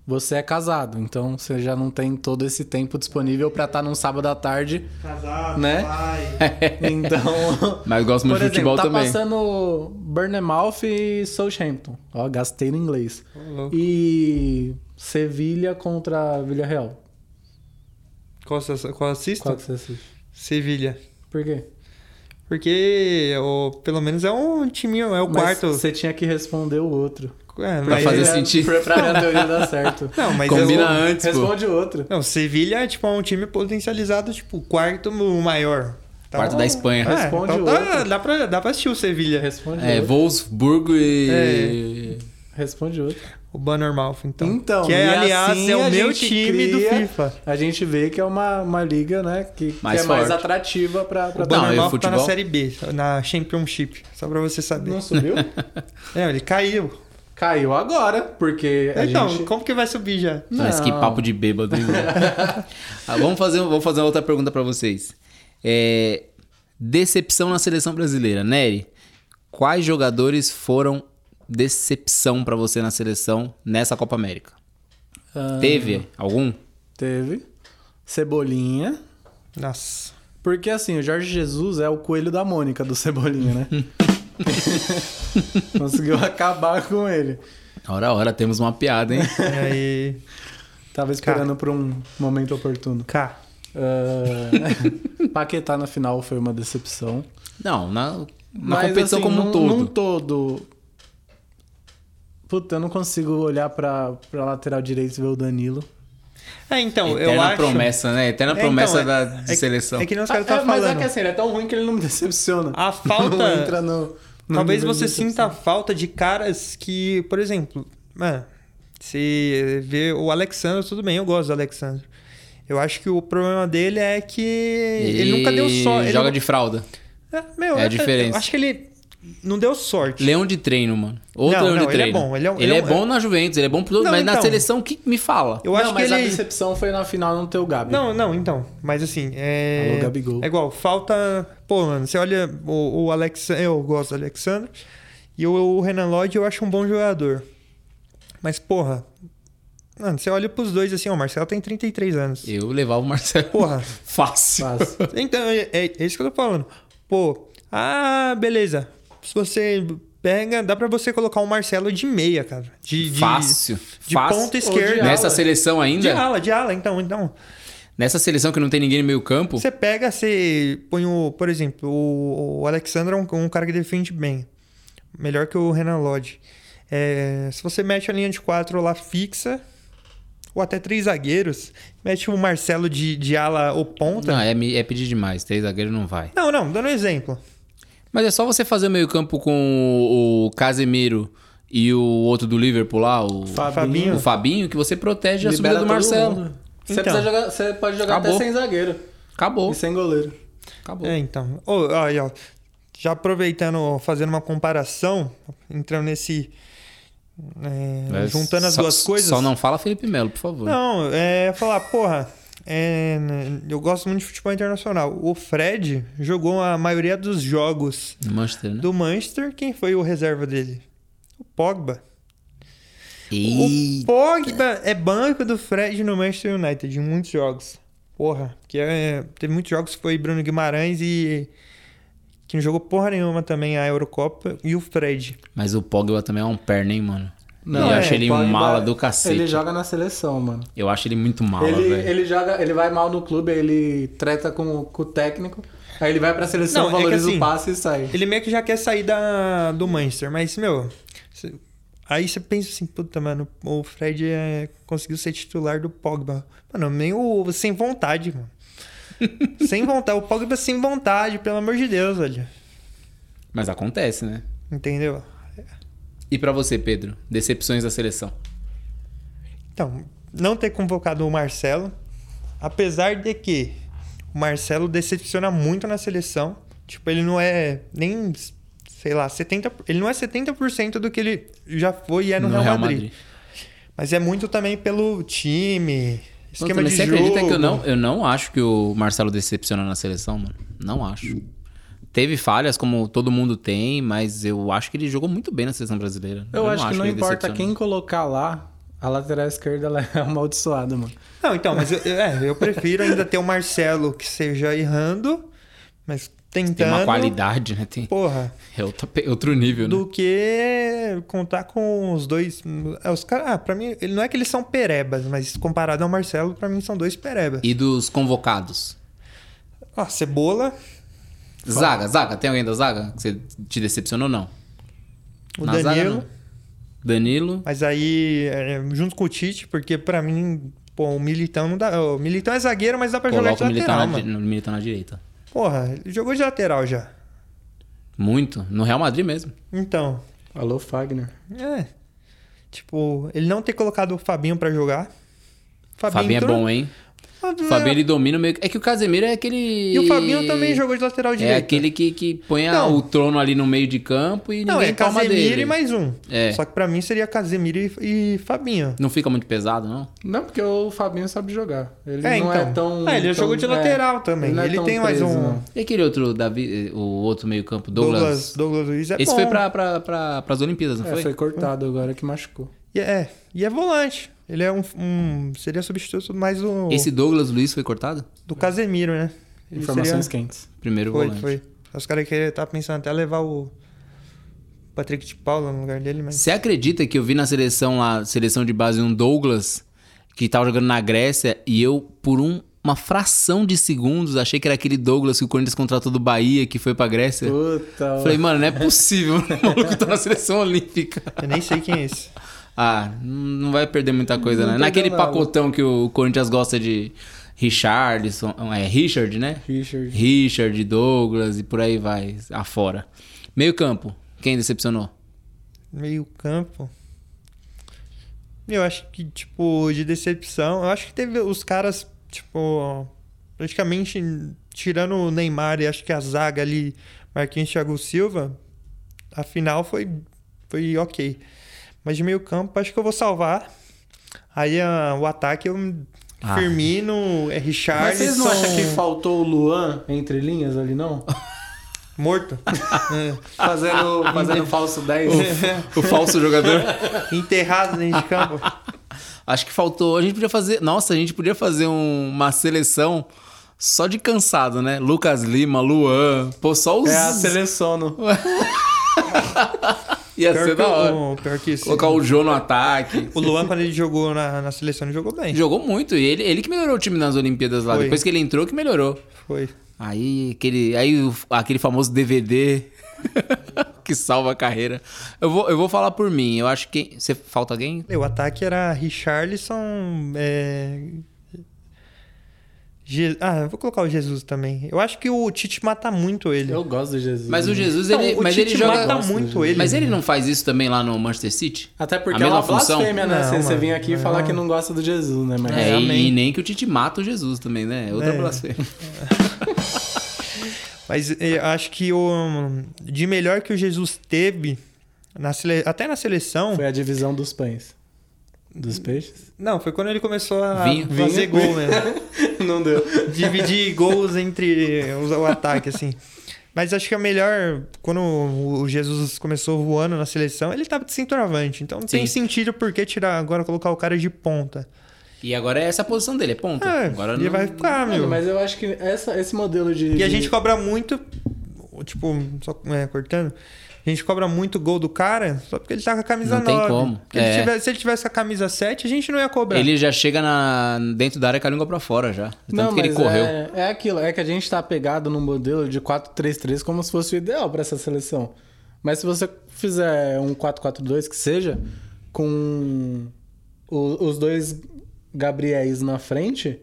Você é casado, então você já não tem todo esse tempo disponível pra estar num sábado à tarde.
Casado,
Né?
pai.
Então.
Mas eu gosto muito
Por
de futebol
exemplo, tá
também.
passando Burnemouth e Southampton. Ó, gastei no inglês.
louco.
E Sevilha contra Villarreal.
Qual, você- qual assisto?
Qual que você assiste?
Sevilha.
Por quê?
Porque o, pelo menos é um timinho, é o
Mas
quarto.
Você tinha que responder o outro.
Pra
É, mas-
fazer
Aí,
sentido.
Pra, pra minha teoria dar certo.
Não, mas
Combina
é o-
antes, pô.
Responde o outro.
Não, Sevilha é tipo um time potencializado, tipo, quarto maior. Então-
Quarto da Espanha.
É,
Responde
então tá-
outro.
dá, pra, dá pra assistir o Sevilha,
Responde
É,
outro.
Wolfsburgo e.
É.
Responde outro.
o Banner Mouth, então.
Então,
que é,
e
aliás,
assim
é
a
o meu
gente
time do
cria-
FIFA.
A gente vê que é uma, uma liga, né? Que, que
Mais
é mais
forte.
atrativa pra... pra
O
Não,
Banner
é
Mouth tá
futebol.
na Série B, na Championship, só pra você saber.
Não subiu?
É, ele caiu.
Caiu agora, porque É, a
então,
gente...
como que vai subir já?
Mas que
Não.
papo de bêbado, hein, mano? Ah, vamos, fazer, vamos fazer uma outra pergunta pra vocês. É, decepção na seleção brasileira. Nery, quais jogadores foram decepção pra você na seleção nessa Copa América?
Ah,
Teve algum?
Teve. Cebolinha.
Nossa.
Porque assim, o Jorge Jesus é o coelho da Mônica do Cebolinha, né? Conseguiu acabar com ele.
Ora, ora, temos uma piada, hein?
E aí,
Tava esperando por um momento oportuno.
K.
Ah, Paquetá na final foi uma decepção.
Não, na, na
Mas,
competição
assim,
como um
num-
todo.
Num todo. Puta, eu não consigo olhar pra, pra lateral direito e ver o Danilo.
É, então, eu
Eterna
acho...
promessa, né? Eterna
É, então,
promessa
é-
da,
é
de
que-
seleção.
É que nem os caras
Ah, é,
estavam
mas
falando.
é que assim, ele é tão ruim que ele não me decepciona.
A falta-
Não entra no, no
Talvez
nível assim. de
você sinta
decepção.
falta de caras que, por exemplo, mano, se vê o Alexandre, tudo bem, eu gosto do Alexandre. Eu acho que o problema dele é que ele nunca deu
E
sorte.
Joga de
ele...
fralda.
É, meu,
é a
eu-
diferença.
Eu acho que ele não deu sorte.
Leão de treino, mano. Outro
Não,
leão
não,
de
ele é
treino.
bom, ele é um-
Ele
ele
é
é um-
bom na Juventus, ele é bom pro todo,
Não,
mas na
então.
seleção, o que me fala?
Eu
não,
acho que
mas a
ele.
decepção foi na final não ter o Gabi.
Não, não, então. Mas assim, é.
Alô, Gabigol.
É igual, falta. Pô, mano, você olha o, o Alex. Eu gosto do Alexandre. E o, o Renan Lodge eu acho um bom jogador. Mas, porra. Mano, você olha pros dois assim, ó, o Marcelo tem 33 anos.
Eu levava o Marcelo.
Porra.
Fácil.
Mas,
Então, é, é- é isso que eu tô falando. Pô, ah, beleza. Se você pega, dá pra você colocar o Marcelo de meia, cara. De, de,
Fácil.
De
fácil.
ponta
Ou de
esquerda.
Nessa
ala.
seleção
De
ainda?
ala, de ala, então, então.
Nessa seleção que não tem ninguém no meio campo?
Você é pega, você põe o. Por exemplo, o, o Alexandre é um, um cara que defende bem. Melhor que o Renan Lodge. É, se você mete a linha de quatro lá fixa, ou até três zagueiros, mete o Marcelo de, de ala ou um ponta.
Não, é, me- é pedir demais. Três zagueiros não vai.
Não, não, dando um exemplo.
Mas é só você fazer o meio campo com o Casemiro e o outro do Liverpool lá, o
Fabinho.
o Fabinho, que você protege a
Libera
subida do
todo
Marcelo.
mundo. Você,
Então.
precisa jogar, você pode jogar
Acabou.
até sem zagueiro
Acabou.
e sem goleiro.
Acabou.
É, então. Ô, aí, ó, já aproveitando, fazendo uma comparação, entrando nesse. é,
Mas
juntando as
Né? só-
duas coisas.
Só não fala Felipe Melo, por favor.
Não, é falar, porra, é, né, eu gosto muito de futebol internacional. O Fred jogou a maioria dos jogos
Do Manchester, né?
do Manchester. Quem foi o reserva dele? O Pogba. O
Eita.
Pogba é banco do Fred no Manchester United em muitos jogos. Porra, porque é, teve muitos jogos que foi Bruno Guimarães e. Que não jogou porra nenhuma também a Eurocopa e o Fred.
Mas o Pogba também é um perna, hein, mano? eu
é,
acho ele
pode-
um mala do
Ele
cacete.
joga na seleção, mano.
Eu acho ele muito mala,
ele,
velho.
ele joga, ele vai mal no clube, aí ele treta com, o- com o técnico, aí ele vai pra seleção,
Não, é que
valoriza
assim,
o passe e sai.
Ele meio que já quer sair da, do Manchester, mas, meu. cê- aí você pensa assim, puta, mano, o Fred é, conseguiu ser titular do Pogba. Mano, meio sem vontade, mano. sem vontade. O Pogba sem vontade, pelo amor de Deus, velho.
Mas acontece, né?
Entendeu?
E pra você, Pedro? Decepções da seleção.
Então, não ter convocado o Marcelo, apesar de que o Marcelo decepciona muito na seleção. Tipo, ele não é nem, sei lá, 70, ele não é 70% do que ele já foi e é no, Real, Madrid. Mas é muito também pelo time,
Puta,
esquema
mas
de
você
jogo.
acredita que eu não, eu não acho que o Marcelo decepciona na seleção, mano? Não acho. Teve falhas, como todo mundo tem, mas eu acho que ele jogou muito bem na seleção brasileira.
Eu, acho, que não
ele
importa
decepcionou.
quem colocar lá, a lateral esquerda ela é amaldiçoada, mano.
Não, então, mas eu, eu- é, eu prefiro ainda ter o Marcelo que seja errando, mas tentando.
Tem uma qualidade, né? Tem...
Porra.
É outra pe- outro nível, né?
tá do que contar com os dois. é, Os caras, ah, pra mim, ele- não é que eles são perebas, mas comparado ao Marcelo, pra mim são dois perebas.
E dos convocados.
Ó, Cebola,
Zaga, Zaga, tem alguém da Zaga? Que você te decepcionou ou não?
o
Na zaga,
Danilo,
não. Danilo.
mas aí é, junto com o Tite, porque pra mim, pô, o Militão não dá. O Militão é zagueiro, mas dá pra jogar de
Coloca o militar
lateral,
na,
mano.
di- no Militão na direita.
Porra, ele jogou de lateral já.
Muito. No Real Madrid mesmo.
Então,
Alô, Fagner.
é. Tipo, ele não ter colocado o Fabinho pra jogar.
Fabinho é
entrou-
bom, hein?
Fabinho-
O Fabinho ele domina o meio. É que o Casemiro é aquele.
E o Fabinho também jogou de lateral direito.
É aquele que, que põe a-
Não.
o trono ali no meio de campo e
Não,
ninguém
é
palma
Casemiro
dele.
e mais um.
É.
Só que pra mim seria Casemiro e, e Fabinho.
Não fica muito pesado, não?
Não, porque o Fabinho sabe jogar. Ele
É,
não
então.
é tão.
Ah, ele
tão-
jogou de
é,
lateral também.
não é
Ele
tão
tem mais
preso,
um-
não.
E aquele outro, Davi, eh, o outro meio campo,
Douglas,
Douglas.
Douglas Luiz é
Esse
bom.
foi pra, pra, pra, pras Olimpíadas, não
É,
foi?
foi? cortado agora que machucou.
E é, e é volante. Ele é um, um- seria substituto mais do,
Esse Douglas Luiz foi cortado?
do Casemiro, né? Ele
Informações
seria-
quentes.
Primeiro
Foi,
volante.
foi. Os caras que tá pensando até levar o Patrick de Paula no lugar dele, mas
Você acredita que eu vi na seleção lá, seleção de base, um Douglas que tava jogando na Grécia e eu, por um- uma fração de segundos, achei que era aquele Douglas que o Corinthians contratou do Bahia que foi pra Grécia?
Puta.
Falei, mano, não é possível, o maluco tá na seleção olímpica.
eu nem sei quem é esse.
Ah, n- não vai perder muita coisa, né?
Não perdeu
Naquele
nada.
pacotão que o Corinthians gosta de Richardson, é Richard, né?
Richard.
Richard, Douglas e por aí vai, afora. Meio campo, quem decepcionou?
Meio campo. Eu acho que, tipo, de decepção. Eu acho que teve os caras, tipo, praticamente tirando o Neymar e acho que a zaga ali, Marquinhos Thiago Silva, a final foi, foi ok. Mas de meio campo, acho que eu vou salvar. Aí a- o ataque eu.
Ah.
Firmino, é
Mas vocês não acham que
Richardson,
faltou o Luan entre linhas ali, não?
morto. É.
Fazendo, fazendo falso 10.
O falso jogador.
Enterrado dentro de campo.
Acho que faltou. A gente podia fazer. Nossa, a gente podia fazer um- uma seleção só de cansado, né? Lucas Lima, Luan. Pô, só os.
é a seleciono.
Ia
Pior
ser
que,
da hora.
o, pior que isso.
Colocar o Jô no ataque.
O Luan, quando ele jogou na, na seleção, ele jogou bem.
Jogou muito. E ele, ele que melhorou o time nas Olimpíadas lá.
Foi.
Depois que ele entrou, que melhorou.
Foi.
Aí, aquele, aí o- aquele famoso DVD que salva a carreira. Eu vou, eu vou falar por mim. Eu acho que. Você falta alguém?
O ataque era Richarlison. É... Je- Ah, eu vou colocar o Jesus também. Eu acho que o Tite mata muito ele.
Eu gosto do Jesus.
Mas o
né?
Jesus,
Não,
ele,
o
mas
Tite
ele joga.
mata
Gosto do
muito
Jesus.
ele.
Mas ele não faz isso também lá no Manchester City?
Até porque
A
é uma
mesma função?
blasfêmia, né?
Não,
Você- Você
mano,
vir aqui e
não.
falar que não gosta do Jesus, né? Mas
É,
É,
e,
amém.
e nem que o Tite mata o Jesus também, né? Outra
É.
blasfêmia.
Mas é, eu acho que o de melhor que o Jesus teve, na sele- até na seleção.
foi a divisão dos pães. Dos peixes?
Não, foi quando ele começou a
Vinho.
fazer
Vinho.
gol mesmo.
Não deu.
dividir gols entre os- o ataque, assim. Mas acho que é melhor, quando o Jesus começou voando na seleção, ele tava de centroavante. Então não tem
Sim.
sentido por que tirar agora colocar o cara de ponta.
E agora é essa a posição dele, é ponta.
É,
agora
ele
não...
vai ficar, meu.
Mano, mas eu acho que essa- esse modelo de.
E a
de-
gente cobra muito, tipo, só é, cortando, a gente cobra muito gol do cara só porque ele tá com a camisa
Não tem
9.
como.
Porque ele
É.
tivesse- se ele tivesse com a camisa 7, a gente não ia cobrar.
Ele já chega na... dentro da área com a língua pra fora já. de Tanto
Não,
que ele
mas
correu.
É, é aquilo, é que a gente tá apegado num modelo de 4-3-3 como se fosse o ideal pra essa seleção. Mas se você fizer um 4-4-2 que seja, com o- os dois Gabriéis na frente,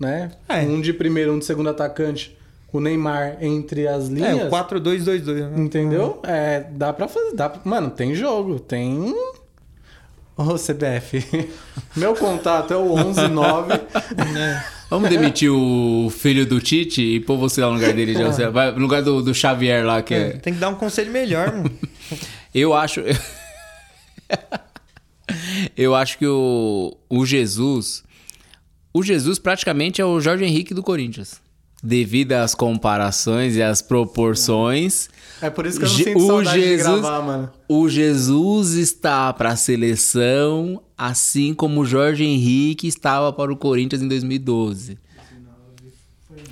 né?
É.
Um de primeiro, um de segundo atacante, o Neymar entre as linhas.
É, o 4-2-2-2. né?
Entendeu? É, dá pra fazer. Dá pra- Mano, tem jogo, tem. Ô, CBF. Meu contato é o 119.
Vamos demitir o filho do Tite e pôr você lá no lugar dele já. Você vai no lugar do, do Xavier lá, que é...
Tem que dar um conselho melhor, mano.
Eu acho... Eu acho que o, o Jesus... O Jesus praticamente é o Jorge Henrique do Corinthians. devido às comparações e às proporções,
É por isso que eu não
Je-
sinto
o
saudade de
Jesus-
gravar, mano.
o Jesus está para a seleção, assim como o Jorge Henrique estava para o Corinthians em 2012.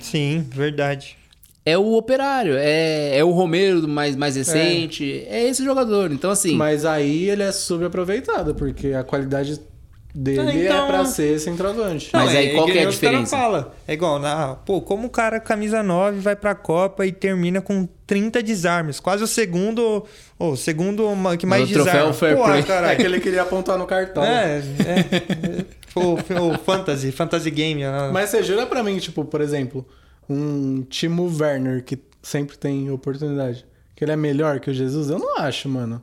Sim, verdade.
É o operário, é, é o Romero mais, mais recente, é. esse jogador. Então, assim,
Mas aí ele é subaproveitado, porque a qualidade dele
Ah, então-
é pra ser centroavante.
Mas
Não,
aí qual que é a
nem os caras
diferença?
fala. É igual, na, pô, como o cara camisa 9 vai pra Copa e termina com 30 desarmes, quase o segundo, ô, o segundo ma- que mais
o troféu
desarma.
Fair
Pô,
Play. Tá
É que
caralho.
ele queria apontar no cartão.
É, é. Pô, o Fantasy, Fantasy Game. ah.
Mas você jura pra mim, tipo, por exemplo, um Timo Werner que sempre tem oportunidade, que ele é melhor que o Jesus? Eu não acho, mano.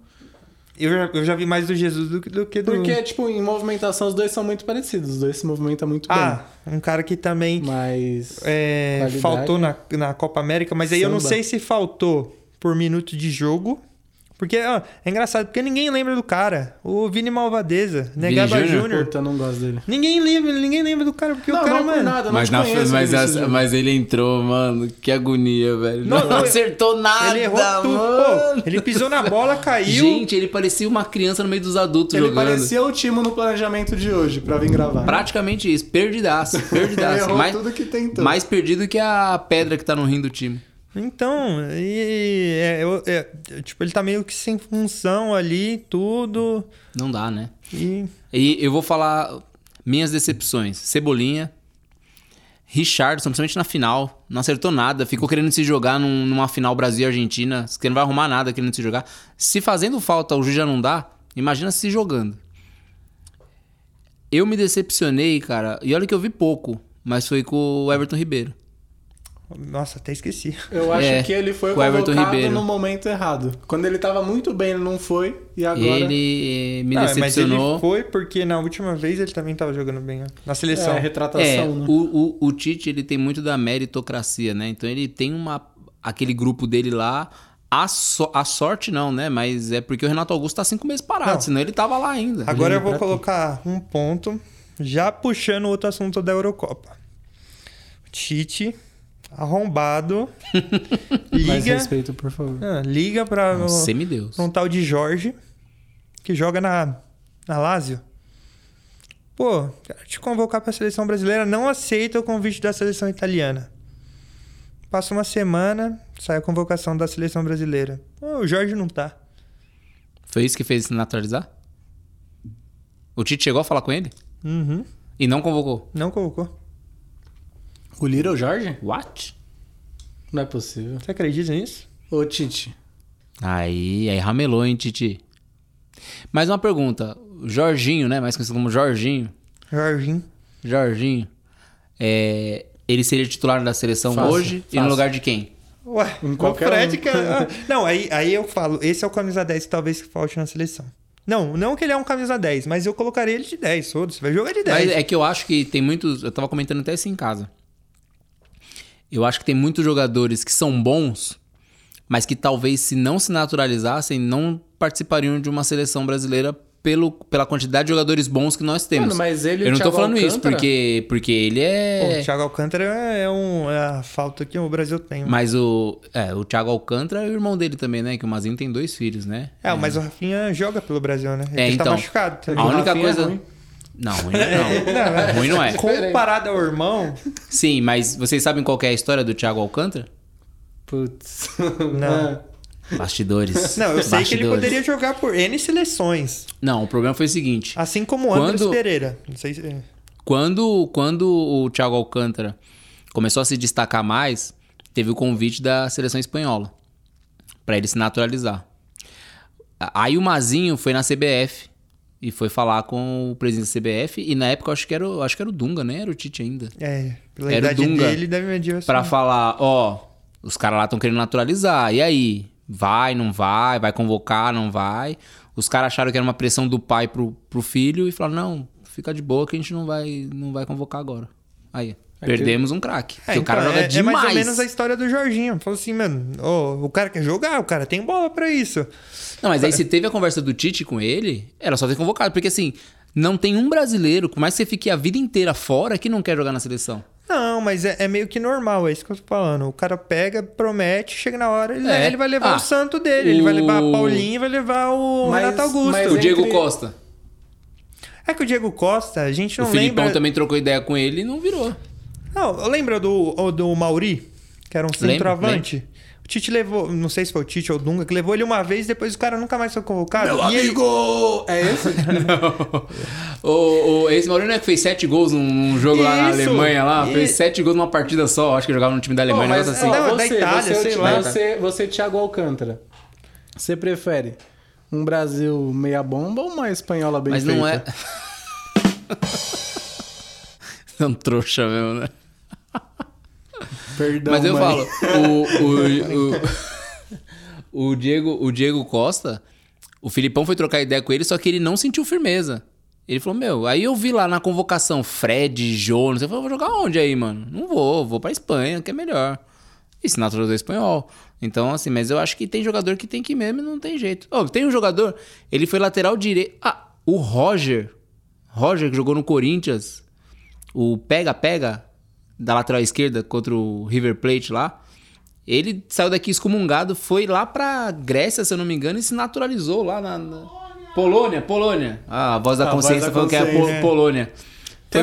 Eu, já, eu já vi mais do Jesus do, que- do que do...
Porque, tipo, em movimentação os dois são muito parecidos, os dois se movimentam muito
Ah, um cara que também
bem. Mas.
é,
Qualidade.
faltou na, na Copa América, mas aí eu não
Samba.
sei se faltou por minuto de jogo. Porque ó, é engraçado, porque ninguém lembra do cara. O Vini Malvadeza, Negaba
Vini Júnior?
Júnior.
Puta, eu não gosto dele.
Ninguém lembra, ninguém lembra do cara, porque o
não,
cara, é
não por
mano.
nada, eu não
Mas,
te
na-
conheço,
mas,
Vinícius
as-
Júnior.
mas ele entrou, mano. Que agonia, velho.
Não,
Não,
não,
acertou nada.
ele errou tudo.
mano.
Pô, ele pisou na bola, caiu.
Gente, ele parecia uma criança no meio dos adultos
Ele
jogando.
parecia o Timo no planejamento de hoje, pra vir gravar.
Praticamente isso. Perdidaço.
Ele
Perdidaço.
errou
mais,
tudo que tentou.
mais perdido que a pedra que tá no rim do time.
Então, e, é, eu- é, tipo, ele tá meio que sem função ali, tudo.
Não dá, né?
E
E eu vou falar minhas decepções. Cebolinha, Richardson, principalmente na final, não acertou nada. Ficou querendo se jogar num- numa final Brasil-Argentina, que não vai arrumar nada querendo se jogar. Se fazendo falta o juiz já não dá, imagina se jogando. Eu me decepcionei, cara. E olha que eu vi pouco, mas foi com o Everton Ribeiro.
nossa, até esqueci.
Eu acho
É,
que ele foi
com o Everton
colocado
Ribeiro.
no momento errado. Quando ele tava muito bem, ele não foi, e agora...
Ele eh, me
Não, Ah, mas ele
decepcionou.
foi porque na última vez ele também tava jogando bem, né? na
É,
seleção.
a retratação,
É,
né?
o, o, o Tite ele tem muito da meritocracia, né? Então ele tem uma aquele grupo dele lá. A, so- a sorte não, né? Mas é porque o Renato Augusto tá cinco meses parado,
Não.
senão ele tava lá ainda.
Agora eu vou
pra tu.
colocar um ponto, já puxando outro assunto da Eurocopa. Tite, arrombado,
Mais
liga,
respeito, por favor.
Ah, liga pra,
É um Semideus.
pra um tal de Jorge, que joga na, na Lazio. Pô, quero te convocar pra seleção brasileira, não aceita o convite da seleção italiana. Passa uma semana, sai a convocação da seleção brasileira. Pô, o Jorge não tá.
Foi isso que fez se naturalizar? O Tite chegou a falar com ele?
Uhum,
E não convocou.
não convocou.
O
é
Little Jorge?
What?
Não é possível.
Você acredita nisso?
Ô, Tite.
Aí, aí ramelou, hein, Titi? Mais uma pergunta. O Jorginho, né? Mais conhecido como Jorginho.
Jorginho.
Jorginho. é, ele seria titular da seleção
Fácil,
hoje e no
fácil.
lugar de quem?
Ué,
Em
o
qualquer
Fred, é, ah.
um.
cara. Não, aí, aí eu falo, esse é o camisa 10 que talvez falte na seleção. Não, não que ele é um camisa 10, mas eu colocaria ele de 10, todos. Vai jogar de 10.
Mas é que eu acho que tem muitos. Eu tava comentando até isso em casa. Eu acho que tem muitos jogadores que são bons, mas que talvez se não se naturalizassem, não participariam de uma seleção brasileira pelo, pela quantidade de jogadores bons que nós temos.
Mano, mas ele e
eu
o
não tô
Thiago
falando isso
Alcântara?
porque, porque ele
Pô,
é.
o Thiago Alcântara é, um, é a falta que o Brasil tem.
mas o. É, o Thiago Alcântara e o irmão dele também, né? Que o Mazinho tem dois filhos, né?
É, mas o Rafinha joga pelo Brasil, né? Ele
É,
tá
então.
machucado. Tá
A
ligado?
o
única
Rafinha é
coisa.
ruim.
Não, ruim não. ruim não é.
Comparado ao irmão,
Sim, mas vocês sabem qual que é a história do Thiago Alcântara?
Putz.
Não.
Bastidores.
não, eu sei que ele
Bastidores.
poderia jogar por N seleções.
Não, o problema foi o seguinte.
Assim como o Andrés
Quando-
Pereira. Não sei se.
Quando, quando o Thiago Alcântara começou a se destacar mais, teve o convite da seleção espanhola para ele se naturalizar. A- Aí o Mazinho foi na CBF e foi falar com o presidente da CBF e na época eu acho que era, o- acho que era o Dunga, né? Era o Tite ainda.
É, pela
Era o
idade
Dunga.
dele, deve medir assim.
Pra falar, ó, os caras lá estão querendo naturalizar. E aí? Vai, não vai? Vai convocar, não vai? Os caras acharam que era uma pressão do pai pro, pro filho e falaram, não, fica de boa que a gente não vai, não vai convocar agora. Aí, perdemos um craque. Porque o cara
então,
joga
é, é
demais.
mais ou menos a história do Jorginho. Falou assim, mano, ô, o cara quer jogar, o cara tem bola pra isso.
Não, mas aí se teve a conversa do Tite com ele, era só ter convocado. Porque assim, Não tem um brasileiro, por mais que você fique a vida inteira fora, que não quer jogar na seleção.
Não, mas é, é meio que normal, é isso que eu tô falando. O cara pega, promete, chega na hora, ele,
É.
ele vai levar
Ah,
o santo dele, ele vai levar
o-
a Paulinho, vai levar o
Mas-
Renato Augusto.
mas
O
Sempre-
Diego Costa.
É que o Diego Costa, a gente
O
não
Filipão
lembra...
também trocou ideia com ele e não virou.
Não, lembra do, o- do Mauri, que era um
Lembro,
centroavante? O Tite levou, não sei se foi o Tite ou o Dunga, que levou ele uma vez, depois o cara nunca mais foi convocado. e ele-
É esse?
Não. O, o- esse Maurinho não é que fez sete gols num, num jogo lá na
Isso.
Alemanha lá? Fez
E-
sete gols numa partida só, acho que jogava no time da Alemanha,
Bom,
um
mas, é
negócio assim.
ó,
Não, é da Itália,
você,
sei
Ti-
lá.
Você, você, Thiago Alcântara, você prefere um Brasil meia bomba ou uma espanhola bem
Mas
feita?
não é. É um trouxa mesmo, né?
Perdão,
é. Mas eu
mãe.
falo, o, o, o, o Diego, o Diego Costa, o Filipão foi trocar ideia com ele, só que ele não sentiu firmeza. Ele falou, meu, aí eu vi lá na convocação Fred, Jonas, eu falei, vou jogar onde aí, mano? Não vou, vou pra Espanha, que é melhor. E se naturalizou espanhol. Então, assim, mas eu acho que tem jogador que tem que ir mesmo e não tem jeito. Ó, tem um jogador, ele foi lateral direito. Ah, o Roger. Roger, que jogou no Corinthians. O pega-pega da lateral esquerda contra o River Plate lá. Ele saiu daqui excomungado, foi lá pra Grécia, se eu não me engano, e se naturalizou lá na. na- Polônia, Polônia. Ah, a voz da
A voz
consciência
da
falou que era
consciência,
Po-
é.
Polônia.
Tem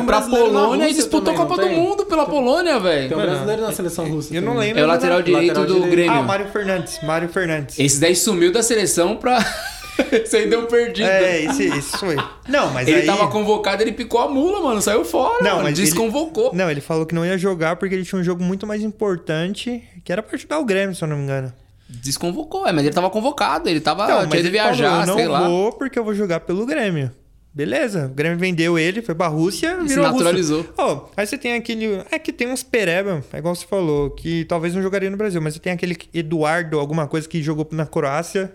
Foi
um
pra
brasileiro na
Polônia e
Rússia
disputou a
também,
Copa
não
do
tem?
Mundo pela Polônia, velho.
Tem um brasileiro na seleção russa.
Eu não
também. né?
lembro.
É o lateral direito
Lateral
do
direito.
Grêmio.
Ah, Mário Fernandes, Mário Fernandes.
Esse daí sumiu da seleção pra. Esse aí deu um perdido.
É, esse, esse foi. Não, mas
ele
aí...
tava convocado, ele picou a mula, mano. Saiu fora.
Não,
mano,
mas ele-
desconvocou.
Não, ele falou que não ia jogar porque ele tinha um jogo muito mais importante, que era pra ajudar o Grêmio, se eu não me engano.
Desconvocou. É, mas ele tava convocado, ele tava.
Não,
tinha de Ah, viajar,
falou, eu
sei
não
lá.
vou porque eu vou jogar pelo Grêmio. Beleza, o Grêmio vendeu ele, foi pra Rússia,
se
virou russo.
naturalizou.
Ó, aí você tem aquele... É que tem uns pereba, é igual você falou, que talvez não jogaria no Brasil, mas você tem aquele Eduardo, alguma coisa, que jogou na Croácia.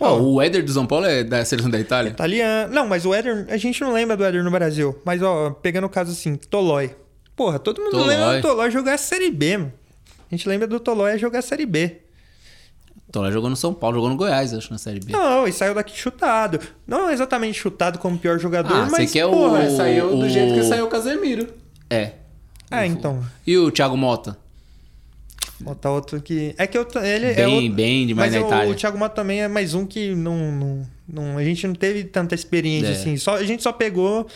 Ó,
Ah, o Éder do São Paulo é da seleção da Itália.
Então. Italiano. Não, mas o Éder. A gente não lembra do Éder no Brasil. Mas, ó, pegando o caso assim, Tolói. Porra, todo mundo
Tolói.
lembra do Tolói jogar a Série B, mano. A gente lembra do Tolói jogar a Série B.
Então lá jogou no São Paulo, jogou no Goiás, acho, na Série B.
Não, e saiu daqui chutado. Não exatamente chutado como pior jogador,
Ah,
mas.
você quer o-
porra,
Mas é, saiu
O-
do jeito que saiu o Casemiro.
É.
Ah, então.
E o Thiago Mota?
Botar outro que. É que eu, t- ele é.
Bem,
outro-
bem demais
mas
na
o-
Itália.
o Thiago Mato também é mais um que não. não, não- a gente não teve tanta experiência
É.
assim. Só, a gente só pegou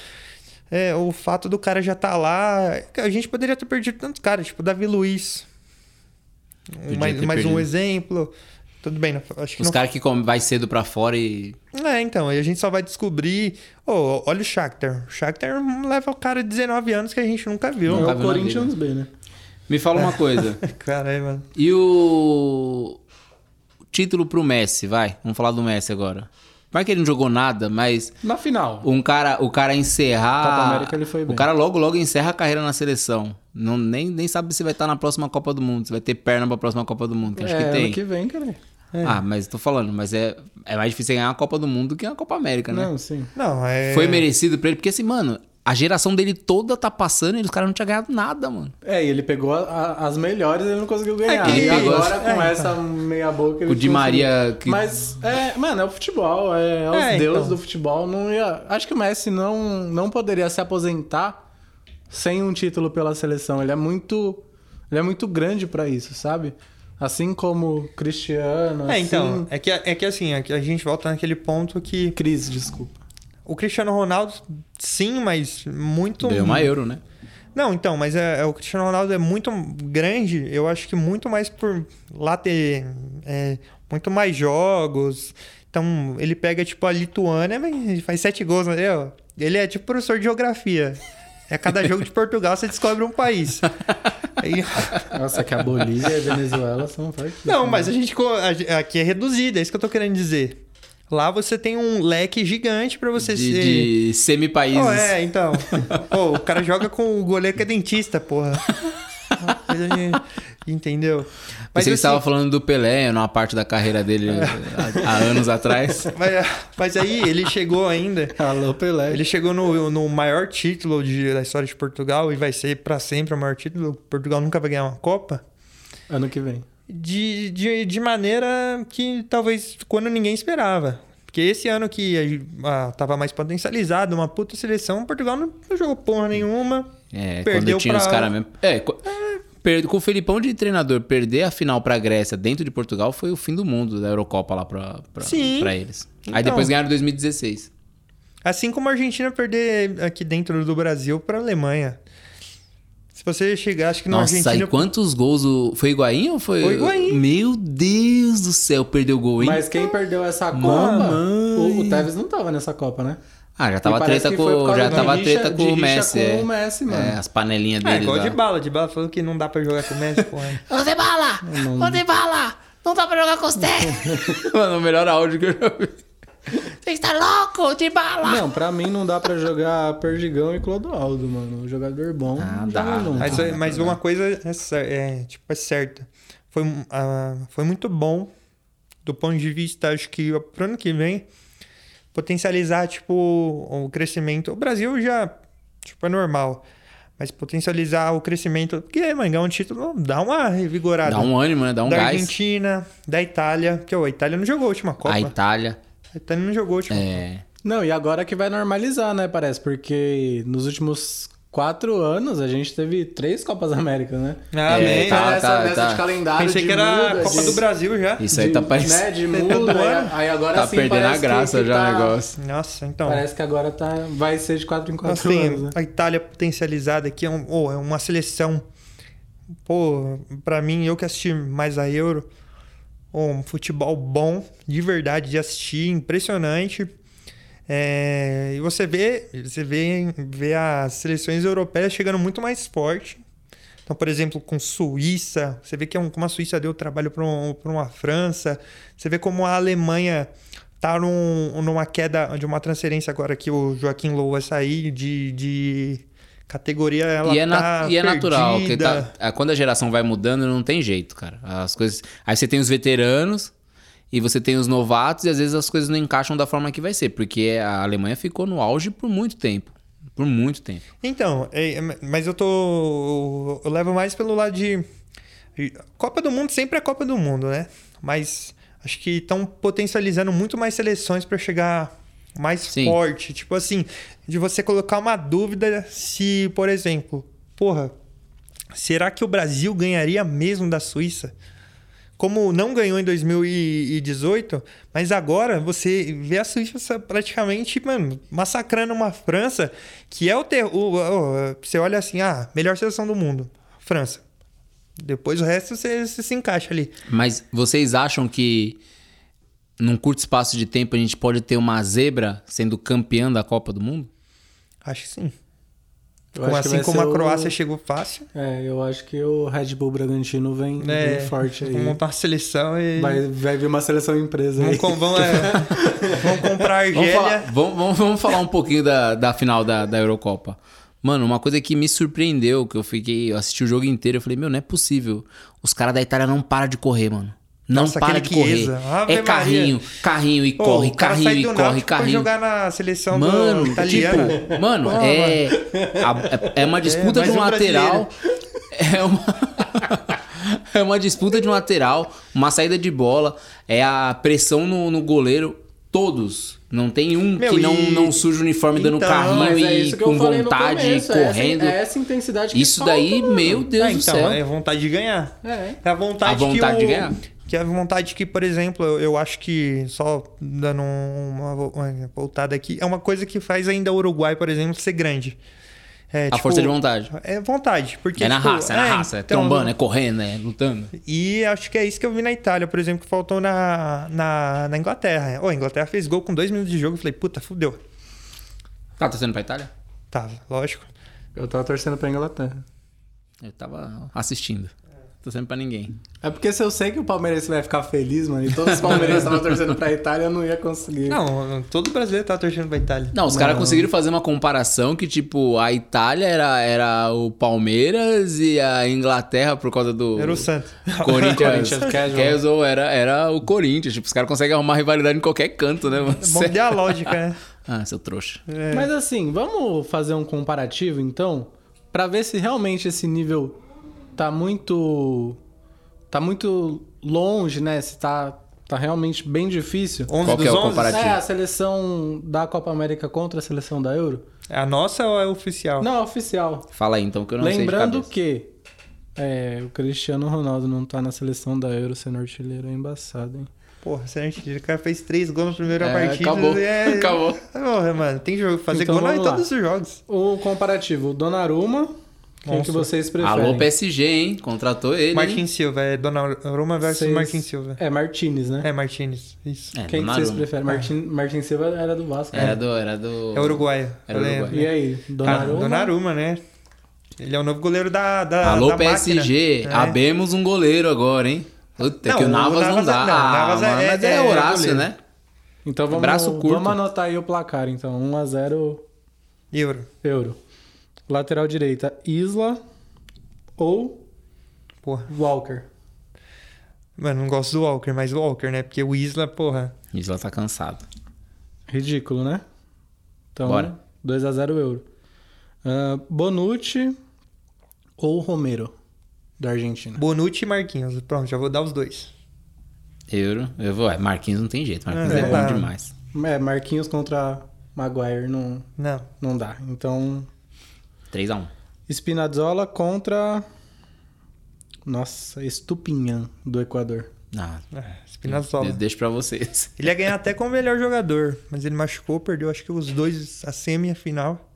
é, o fato do cara já estar lá. A gente poderia ter perdido tantos caras, tipo Davi Luiz. Um-
Podia
mais
ter
mais um
perdido.
exemplo. Tudo bem, não- acho que
Os
não.
caras que come- vai cedo pra fora e.
É, então, aí a gente só vai descobrir. Ô, olha o Shakhtar. O Shakhtar leva o cara de 19 anos que a gente nunca viu.
Não.
É
Nunca
o
vi na
Corinthians B, né?
Me fala
É.
uma coisa.
Caralho, mano.
E o o título pro Messi, vai. Vamos falar do Messi agora. Não é que ele não jogou nada, mas
Na final.
um cara, o cara encerrar.
Copa América ele foi
O
bem.
cara logo, logo encerra a carreira na seleção. Não, nem, nem sabe se vai estar na próxima Copa do Mundo, se vai ter perna pra próxima Copa do Mundo. Acho
é,
que tem.
ano que vem, cara.
É.
Ah, mas tô falando, mas é, é mais difícil ganhar uma Copa do Mundo que uma Copa América, né?
Não, sim.
Não, é.
Foi merecido pra ele, porque assim, mano, a geração dele toda tá passando e os caras não tinham ganhado nada, mano.
É, e ele pegou a- a- as melhores e ele não conseguiu ganhar.
É que
e
ele pegou
agora
as-
com essa meia boca ele
O Di
conseguiu.
Maria que-
Mas, é, mano, é o futebol, é, aos
É,
deuses
então.
do futebol. Não ia... Acho que o Messi não, não poderia se aposentar sem um título pela seleção. Ele é muito, ele é muito grande pra isso, sabe? Assim como o Cristiano,
É,
assim...
então, é que, é que assim, é que a gente volta naquele ponto que
Cris, desculpa.
o Cristiano Ronaldo, sim, mas muito.
Deu uma euro, né?
Não, então, mas é, é, o Cristiano Ronaldo é muito grande, eu acho que muito mais por lá ter é, muito mais jogos. Então, ele pega, tipo, a Lituânia e faz sete gols, entendeu? Ele é tipo professor de geografia. É cada jogo de Portugal você descobre um país. Aí-
Nossa, que a Bolívia e a Venezuela são...
Não, mas a gente co- a ge- aqui é reduzida, é isso que eu tô querendo dizer. Lá você tem um leque gigante pra você ser.
De, de semi-países.
Oh, é, então. Pô, o cara joga com o goleiro que é dentista, porra. Uma coisa de- Entendeu?
Mas
Mas,
você
assim, É.
estava falando do Pelé, numa parte da carreira dele há, há anos atrás.
assim, mas, mas aí ele chegou ainda.
Alô, Pelé.
Ele chegou no, no maior título de- da história de Portugal e vai ser pra sempre o maior título. Portugal nunca vai ganhar uma Copa.
Ano que vem.
de, de, de maneira que talvez quando ninguém esperava. Porque esse ano que a- a- tava mais potencializado, uma puta seleção, Portugal não, não jogou porra nenhuma.
É,
Perdeu
quando tinha os
pra-
caras mesmo. É, co- per- com o Felipão de treinador, perder a final pra Grécia dentro de Portugal foi o fim do mundo da Eurocopa lá pra, pra,
Sim.
pra eles.
Então.
Aí depois ganharam em 2016.
Assim como a Argentina perder aqui dentro do Brasil pra Alemanha. Se você chegar, acho que na
Nossa,
Argentina.
e quantos gols o... Foi Higuaín ou foi...
Foi Higuaín.
Meu Deus do céu, perdeu o gol, hein?
Mas quem perdeu essa Copa?
Mamãe.
O, o Tevez não tava nessa Copa, né?
Ah, já
E
tava
parece
treta
que foi por
com,
causa
já
de
tava
rixa-
treta com
de
o
rixa
Messi.
com
é.
o Messi, mano.
É, as panelinhas
Ah,
dele.
igual
lá.
de bala. De bala falou que não dá pra jogar com o Messi, porra.
Ô, de bala! Ô, de bala! Não dá pra jogar com os Mano, o melhor áudio que eu já vi. Você está louco, de bala!
Não, pra mim não dá pra jogar Perdigão e Clodoaldo, mano. Jogador bom.
Ah,
joga
dá,
junto.
dá.
Mas, mas uma coisa é, cer- é, tipo, é certa. Foi, um- ah, foi muito bom do ponto de vista, acho que pro ano que vem, potencializar, tipo, o crescimento. O Brasil já, tipo, é normal. Mas potencializar o crescimento. Porque, mano, ganhar um título dá uma revigorada.
Dá um ânimo, né? Dá um
da
gás.
Argentina, da Itália. Porque ó, a Itália não jogou a última Copa.
A Itália.
A Itália não jogou a última
É.
Não, e agora que vai normalizar, né? Parece, porque nos últimos quatro anos a gente teve três Copas Américas, né?
Ah,
É,
bem.
tá,
nessa,
tá,
nessa
tá.
de calendário.
Pensei
de
que era
muda,
a Copa
de-
do Brasil já.
Isso aí tá
de-
parecendo.
Né, de muda, aí, aí agora
Tá
sim
perdendo a
parece que-
graça
que
já
tá-
o negócio.
Nossa, então.
Parece que agora tá, vai ser de quatro em quatro anos,
Assim,
né?
a Itália potencializada aqui é, um, ô, é uma seleção. Pô, pra mim, eu que assisti mais a Euro, ô, um futebol bom, de verdade, de assistir, impressionante. É, e você vê, você vê, vê as seleções europeias chegando muito mais forte. Então, por exemplo, com Suíça, você vê que é um- como a Suíça deu trabalho para uma França, você vê como a Alemanha tá num- numa queda de uma transferência agora que o Joaquim Low vai sair de, de categoria, ela
E é, na-
tá
e é natural, porque
perdida.
tá- ah, quando a geração vai mudando, não tem jeito, cara. As coisas. Aí você tem os veteranos e você tem os novatos, e às vezes as coisas não encaixam da forma que vai ser, porque a Alemanha ficou no auge por muito tempo. Por muito tempo.
Então, é, é, mas eu tô. Eu levo mais pelo lado de. Copa do Mundo sempre é Copa do Mundo, né? Mas acho que estão potencializando muito mais seleções para chegar mais
Sim.
forte. Tipo assim, de você colocar uma dúvida se, por exemplo, porra, será que o Brasil ganharia mesmo da Suíça? como não ganhou em 2018, mas agora você vê a Suíça praticamente, mano, massacrando uma França, que é o terror. Você olha assim, ah, melhor seleção do mundo, França. Depois o resto você, você se encaixa ali.
Mas vocês acham que num curto espaço de tempo a gente pode ter uma zebra sendo campeã da Copa do Mundo?
Acho que sim.
Eu
Como-
acho que
assim
vai
como
ser
a Croácia
o-
chegou fácil,
É, eu acho que o Red Bull Bragantino vem,
né?
vem um forte aí.
Vamos montar uma seleção e.
Vai, vai vir uma seleção empresa aí.
Vamos, com- vamos, é, vamos comprar a
Vamos
Argélia.
falar, vamos, vamos- vamos falar um pouquinho da, da final da, da Eurocopa. Mano, uma coisa que me surpreendeu, que eu fiquei, eu assisti o jogo inteiro, eu falei, meu, não é possível. Os caras da Itália não param de correr, mano. Não
Nossa,
para de
aquele
correr.
Chiesa. Ave
É
Maria.
carrinho, carrinho e
Pô,
corre,
o cara
carrinho
sai
e
do
corre,
Náutico pra
carrinho.
jogar na seleção do-
Mano,
italiana.
tipo, mano,
Pô,
é, a- é é uma disputa de
mais
um
um
lateral. É uma, é uma disputa de um lateral, uma saída de bola, é a pressão no, no goleiro. Todos. Não tem um
Meu,
que não,
e-
não suja o uniforme dando
Então,
carrinho
Mas é
e
isso que eu
com
falei no
vontade,
começo, é essa-
correndo.
É essa, intensidade que
Isso
falta,
daí,
mano.
meu Deus
Ah,
do
então,
céu.
é vontade de ganhar.
É.
É a vontade,
A vontade
que
de
o-
ganhar.
Que é a vontade que, por exemplo, eu, eu acho que, só dando um, uma, vo- uma voltada aqui, é uma coisa que faz ainda o Uruguai, por exemplo, ser grande. É,
tipo,
A força de vontade.
É vontade. Porque,
É na
tipo,
raça, é na raça. É
então,
trombando, é correndo, é lutando.
E acho que é isso que eu vi na Itália, por exemplo, que faltou na, na, na Inglaterra. Ô, a Inglaterra fez gol com dois minutos de jogo. Eu falei, puta, fudeu.
Tá torcendo pra Itália?
Tava, lógico.
Eu tava torcendo pra Inglaterra.
Eu tava assistindo. Torcendo pra ninguém.
É porque se eu sei que o palmeirense vai ficar feliz, mano, e todos os palmeirenses estavam torcendo pra Itália, eu não ia conseguir.
Não, todo brasileiro tá torcendo pra Itália.
Não, os caras conseguiram fazer uma comparação que, tipo, a Itália era, era o Palmeiras e a Inglaterra, por causa do
Era o Santos.
Corinthians,
Corinthians casual.
Casual, era, era o Corinthians. Tipo, os caras conseguem arrumar rivalidade em qualquer canto, né, mano?
É bom que dê a lógica, né?
Ah, seu trouxa.
É.
Mas assim, vamos fazer um comparativo então, Pra ver se realmente esse nível tá muito tá muito longe, né? Se tá Tá realmente bem difícil.
11
Qual que
dos
é o
11?
comparativo?
É, a seleção da Copa América contra a seleção da Euro?
É a nossa ou é oficial?
Não, é oficial.
Fala aí então que eu não
Lembrando
sei de cabeça.
que é, o Cristiano Ronaldo não tá na seleção da Euro sendo artilheiro é embaçado, hein?
Porra, se a gente o cara fez três gols na primeira
É,
partida.
acabou.
É...
Acabou.
Porra, mano, tem jogo fazer
Então
gol em
vamos lá.
todos os jogos.
O comparativo, o Donnarumma, quem
Nossa.
que vocês preferem?
Alô PSG, hein? Contratou ele. hein?
Martins Silva, é Dona Roma versus
Vocês-
Martins Silva.
É, Martinez, né?
É, Martins, isso.
É,
Quem que vocês
Donnarumma.
preferem? Martin, Martin Silva era do Vasco.
Era do, era do.
É uruguaio.
Era
eu
uruguaio.
lembro.
E aí,
Cara,
Donnarumma?
é Donnarumma, né? Ele é o novo goleiro da. da
Alô
da
PSG,
máquina, né?
abemos um goleiro agora, hein? Puta,
Não,
que o
o
Navas, não
Navas
dá.
é- não, o Navas
Ah,
é-
mano, mas é,
é
Horácio,
goleiro.
né?
Então vamos,
Braço curto.
vamos anotar aí o placar, então. 1x0
Euro.
Euro. Lateral direita, Isla ou
Porra.
Walker.
Mano, não gosto do Walker, mas o Walker, né? Porque o Isla, porra.
Isla tá cansado.
Ridículo, né? Então,
Bora.
2x0 Euro. Ah, Bonucci ou Romero, da Argentina.
Bonucci e Marquinhos. Pronto, já vou dar os dois.
Euro, eu vou. é, Marquinhos não tem jeito, Marquinhos é,
É,
bom
tá.
demais.
É, Marquinhos contra Maguire não,
Não.
não dá. Então,
3x1.
Spinazzola contra... Nossa, Estupinhan, do Equador.
Ah,
Ah,
eu
Spinazzola.
deixo pra vocês.
Ele ia ganhar até com o melhor jogador, mas ele machucou, perdeu acho que os dois, a semi e a final.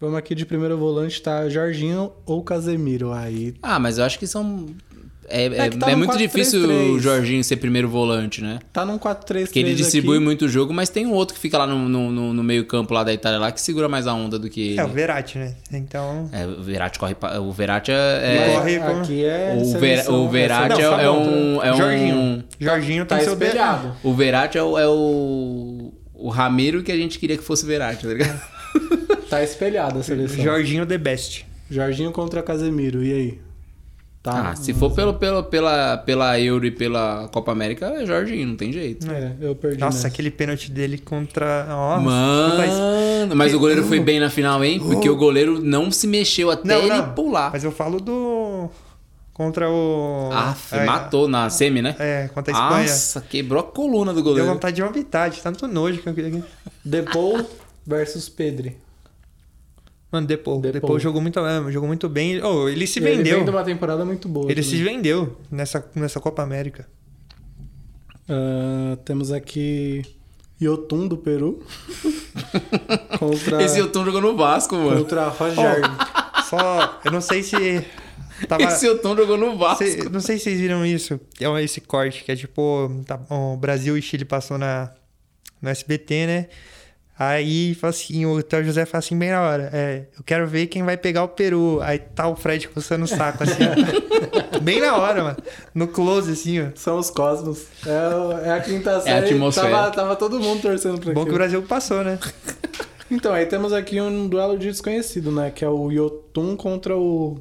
Vamos aqui de primeiro volante, tá Jorginho ou Casemiro. Aí
Ah, mas eu acho que são. É, é-
É que tá
é
no
muito
4-3-3.
difícil o Jorginho ser primeiro volante, né?
tá num 4-3-3
Porque ele distribui
aqui.
muito o jogo, mas tem um outro que fica lá no, no- no- no meio-campo lá da Itália lá que segura mais a onda do que ele.
É, o Verratti, né? Então.
É, o Verratti corre. pa- O Verratti é.
Mas
é-
Corre, como-
aqui é
o, Ver,
seleção,
o
é
Verratti é,
seleção
é
contra-
um. É um
Jorginho. Jorginho
Tá
tem seu
espelhado.
O Verratti é o. é o- o Ramiro que a gente queria que fosse o Verratti, tá ligado?
Tá espelhada a seleção.
Jorginho The Best.
Jorginho contra Casemiro, e aí? Tá.
Ah, se for pelo, pelo, pela, pela Euro e pela Copa América, é Jorginho, não tem jeito.
É, eu perdi.
Nossa,
nessa.
aquele pênalti dele contra. Nossa, mas-
Mano, mas o goleiro foi bem na final, hein? Porque o goleiro não se mexeu até
Não,
ele
não.
pular.
Mas eu falo do. Contra o.
Aff,
é,
matou na semi, né?
É, contra a Espanha.
Nossa, quebrou a coluna do
Deu
goleiro.
vontade de vomitar, de tanto nojo que eu queria.
Depou versus Pedri.
Mano, Depou.
Depou.
Depou jogou muito, é, jogou muito bem. Oh, ele se
Ele
vendeu.
vem
Ele,
de uma temporada muito boa.
se
também.
vendeu nessa, nessa Copa América.
Ah, temos aqui Yotun do Peru. contra
Esse Otun jogou no Vasco, mano.
contra Roger.
Só. Eu não sei se. Tava,
Esse Otun jogou no Vasco.
Cê- não sei se vocês viram isso. É um- esse corte que é tipo. tá- o Brasil e Chile passou na, no SBT, né? Aí fala assim, o Theo José fala assim bem na hora. É, eu quero ver quem vai pegar o Peru. Aí tá o Fred coçando o saco, assim, ó. bem na hora, mano. No close, assim, ó.
São os cosmos. É, o- é a quinta série.
atmosfera.
Tava, tava todo mundo torcendo
Bom
pra
que o
aquilo.
Brasil passou, né?
Então, aí temos aqui um duelo de desconhecido, né? Que é o Yotun contra o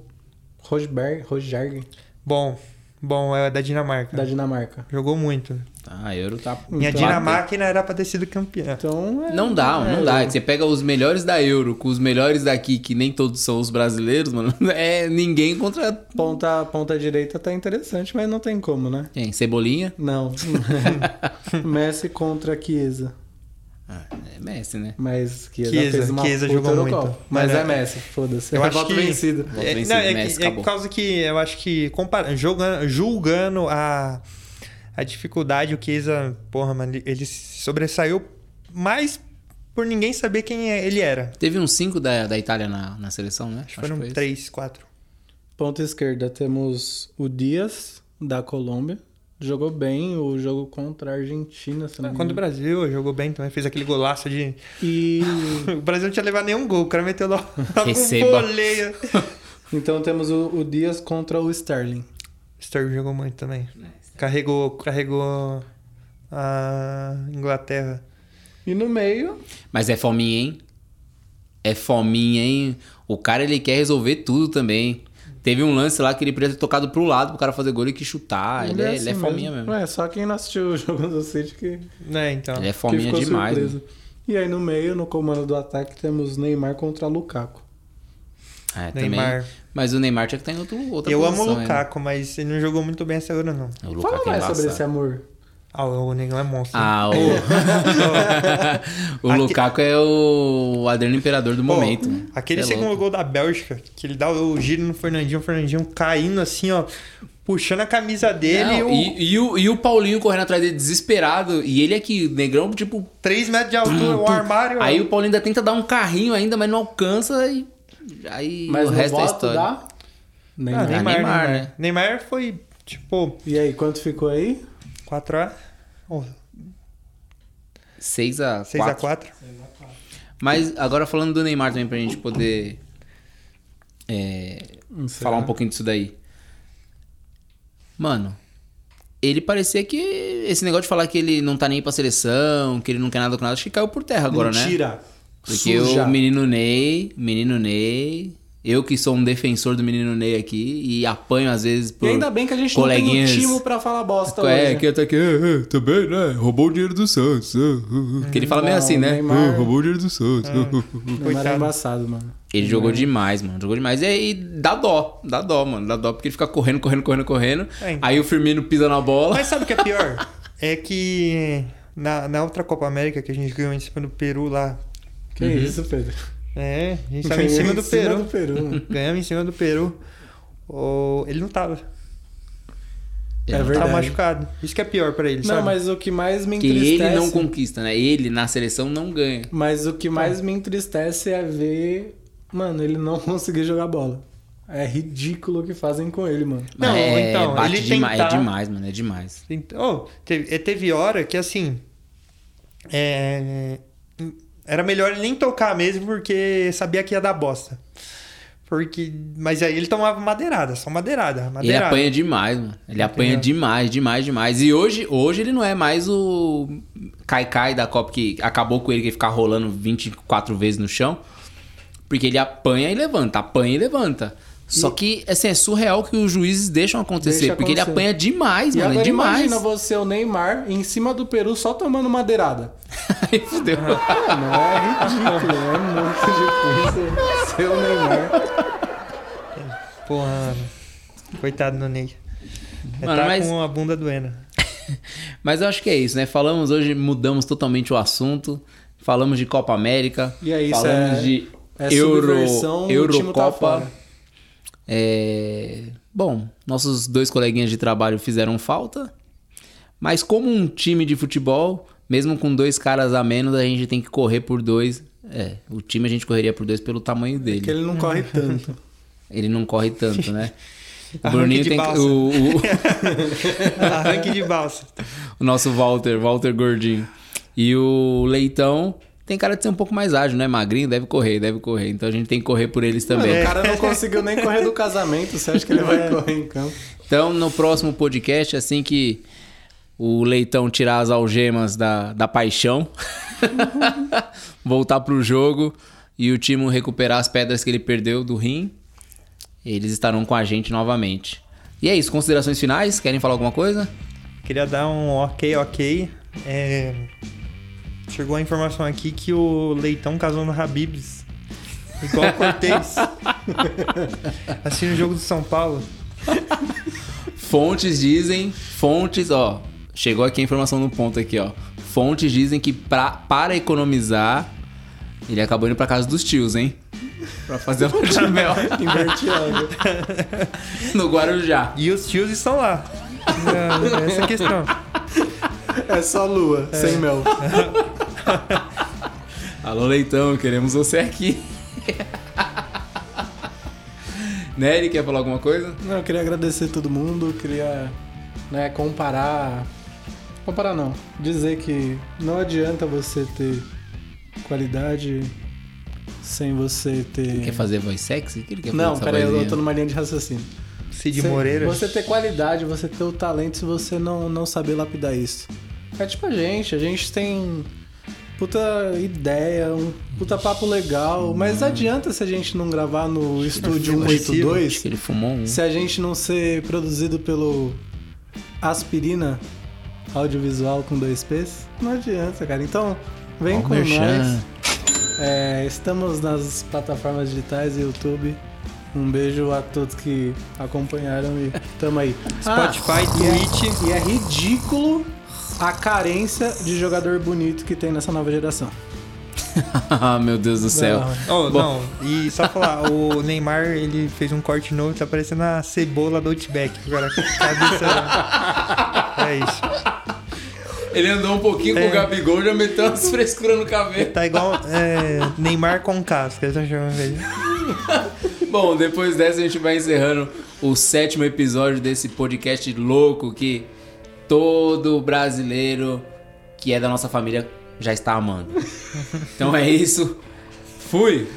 Rosberg, Rosberg
Bom, bom, é da Dinamarca.
da Dinamarca.
Jogou muito.
Ah, a Euro tá.
Minha
Então-
Dinamarca ainda era pra ter sido campeã.
Então, é-
Não dá,
é,
não dá. Você pega os melhores da Euro com os melhores daqui, que nem todos são os brasileiros, mano. É ninguém contra.
Ponta, ponta direita tá interessante, mas não tem como, né?
Quem? Cebolinha?
Não. Messi contra Chiesa.
É Messi, né?
Mas Chiesa,
Chiesa,
fez uma
Chiesa
puta
jogou
Eurocopa.
muito.
Mas
Mas
é,
é-
Messi, foda-se.
Eu
É
acho
voto
que-
vencido.
Voto
É,
vencido,
não, é,
Messi,
que- é
acabou.
por causa que eu acho que compara, julgando, julgando a, a dificuldade, o Keza, porra, mano, ele- ele se sobressaiu mais por ninguém saber quem é- ele era.
Teve uns cinco da, da Itália na, na seleção, né? Acho
Foram
foi isso.
três, quatro.
Ponta esquerda temos o Dias, da Colômbia. Jogou bem o jogo contra a Argentina, se não me
Quando o
engano.
Brasil jogou bem também, fez aquele golaço de.
E
O Brasil não tinha levado nenhum gol, o cara meteu logo tava com
Receba.
voleio.
Então temos o, o Dias contra o Sterling.
Sterling jogou muito também. Carregou, carregou a Inglaterra.
E no meio,
Mas é fominha, hein? É fominha, hein? O cara, ele quer resolver tudo também. Teve um lance lá que ele podia ter tocado pro lado pro cara fazer gol e que chutar. Ele, é, ele é
assim
fominha mesmo.
É, só quem não assistiu o jogo do City que, que
Né, então.
Ele é fominha
ficou
demais. né?
surpreso. E aí no meio, no comando do ataque, temos Neymar contra Lukaku.
É,
Neymar.
também. Mas o Neymar tinha que estar em outro, outra
eu amo
posição
o
ainda.
Lukaku, mas ele não jogou muito bem essa Euro, não.
O Lukaku
Fala
é
mais sobre
embaçado.
esse amor.
Ah, o Negão é monstro.
Ah, o, o
Aque-
Lukaku é o Adriano Imperador do
Pô,
momento.
Aquele
Cê é
segundo
louco.
gol da Bélgica, que ele dá o giro no Fernandinho, o Fernandinho caindo assim, ó, puxando a camisa dele
Não,
e o
e, e o, e o Paulinho correndo atrás dele desesperado. E ele aqui, negrão, tipo.
3 metros de altura, o armário.
Aí o Paulinho ainda tenta dar um carrinho ainda, mas não alcança. E aí
Mas
o
no
resto é
voto
história.
dá?
Ah,
nem-
Neymar.
Neymar,
Neymar,
Neymar,
né?
Neymar foi, tipo,
E aí, quanto ficou aí?
4x...
6x4.
6x4.
Mas agora falando do Neymar também, pra gente poder é, falar um
né?
pouquinho disso daí. Mano, ele parecia que. Esse negócio de falar que ele não tá nem pra seleção, que ele não quer nada com nada, acho que caiu por terra agora, né?
Mentira.
Porque
Suja.
o menino Ney, menino Ney, eu que sou um defensor do menino Ney aqui e apanho às vezes por.
E ainda bem que a gente
coleguinhas.
não tem motivo pra falar bosta
É,
hoje.
que eu tô aqui, "É, é, também, né? Roubou o dinheiro do Santos. é, é, é." Que ele fala meio
Não,
assim, né?
Neymar-
"É, roubou o dinheiro do Santos. é, é, é."
Neymar é
Coitado.
embaçado, mano.
Ele jogou demais, mano. Jogou demais. E, e dá dó. Dá dó, mano. Dá dó porque ele fica correndo, correndo, correndo, correndo.
É, então.
Aí o Firmino pisa na bola.
Mas sabe o que é pior? é que na, na outra Copa América que a gente ganhou em cima do Peru lá,
Que
Uhum.
isso, Pedro.
é, a gente tava em cima do Peru.
do Peru, mano.
Ganhamos em cima do Peru. O- Ele não tava.
É
não tá-
verdade.
Tava machucado. Isso que é pior pra ele,
Não,
sabe?
mas o que mais me
Que
entristece...
ele não Tá. conquista, né? Ele na seleção não ganha.
Mas o que mais me entristece é ver... Mano, ele não conseguir jogar bola. É ridículo o que fazem com ele, mano.
Mas
Não,
é,
então,
bate
ele
dema-
tentar-
É demais, mano. É demais.
Então, teve, é, teve hora que assim. é, era melhor ele nem tocar mesmo, porque sabia que ia dar bosta. Porque, mas aí ele tomava madeirada, só madeirada.
Ele
madeirada.
apanha demais, mano. Ele apanha
Entendeu?
demais, demais, demais. E hoje, hoje ele não é mais o Kaikai da Copa que acabou com ele, que ficar rolando 24 vezes no chão. Porque ele apanha e levanta, apanha e levanta. Só que, assim, é surreal que os juízes deixam acontecer.
Deixa
porque ele
acontecer.
apanha demais,
E
mano. É
agora
demais.
imagina você, o Neymar, em cima do Peru só tomando madeirada.
Aí fudeu.
Mano, é ridículo, é muito difícil ser o Neymar.
Porra, mano. Coitado do Ney. Ele
Mano,
tá
mas-
com a bunda doendo.
Mas eu acho que é isso, né? Falamos hoje, mudamos totalmente o assunto. Falamos de Copa América.
E é isso,
falamos
é-
de
é
Euro,
subversão, o time tá
Eurocopa.
fora.
É, Bom, nossos dois coleguinhas de trabalho fizeram falta. Mas como um time de futebol, mesmo com dois caras a menos, a gente tem que correr por dois. É, o time a gente correria por dois pelo tamanho dele.
Porque ele não corre tanto.
Ele não corre tanto, né? O
Arranque
Bruninho
de
tem que.
balsa.
O, o-
Arranque de balsa.
o nosso Walter, Walter Gordinho. E o Leitão tem cara de ser um pouco mais ágil, né? Magrinho, deve correr, deve correr. Então a gente tem que correr por eles também.
Mano, o cara não conseguiu nem correr do casamento, você acha que ele vai correr em campo?
Então, no próximo podcast, assim que o Leitão tirar as algemas da, da paixão, voltar pro jogo e o time recuperar as pedras que ele perdeu do rim, eles estarão com a gente novamente. E é isso, considerações finais? Querem falar alguma coisa?
Queria dar um ok, ok. É, Chegou a informação aqui que o Leitão casou no Habibs. Igual o Cortez. assim no jogo do São Paulo.
Fontes dizem, fontes, ó, chegou aqui a informação no ponto aqui, ó. Fontes dizem que pra, para economizar, ele acabou indo pra casa dos tios, hein? Pra fazer o de mel
Inverteando.
no Guarujá.
E os tios estão lá. É, Essa é a questão.
É só lua, sem mel.
Alô, Leitão, queremos você aqui. Nery, quer falar alguma coisa?
Não, eu queria agradecer todo mundo, queria né, comparar. Comparar não. Dizer que não adianta você ter qualidade sem você ter.
Quer fazer voz sexy? O que ele quer
Não,
fazer
peraí, eu tô numa linha de raciocínio.
Cid
Você-
Moreira.
Você ter qualidade, você ter o talento se você não, não saber lapidar isso. É tipo a gente, a gente tem puta ideia, um puta papo legal, mas
Uhum.
adianta se a gente não gravar no estúdio
Acho
182,
que ele fumou um.
se a gente não ser produzido pelo Aspirina Audiovisual com dois P's, não adianta, cara. Então, vem
Ó, um
com
merchan.
nós. É, estamos nas plataformas digitais, YouTube, Um beijo a todos que acompanharam e tamo aí.
Spotify, Twitch.
E é, e é ridículo a carência de jogador bonito que tem nessa nova geração.
ah, meu Deus do céu.
Vai lá,
Oh, não, e só falar, o Neymar, ele fez um corte novo, tá parecendo a cebola do Outback. Agora, cabeça... É isso.
Ele andou um pouquinho com o
É.
Gabigol, já meteu umas frescuras no cabelo.
Tá igual é, Neymar com casca, eles estão chamando ele.
Bom, depois dessa a gente vai encerrando o sétimo episódio desse podcast louco que todo brasileiro que é da nossa família já está amando. Então é isso. Fui!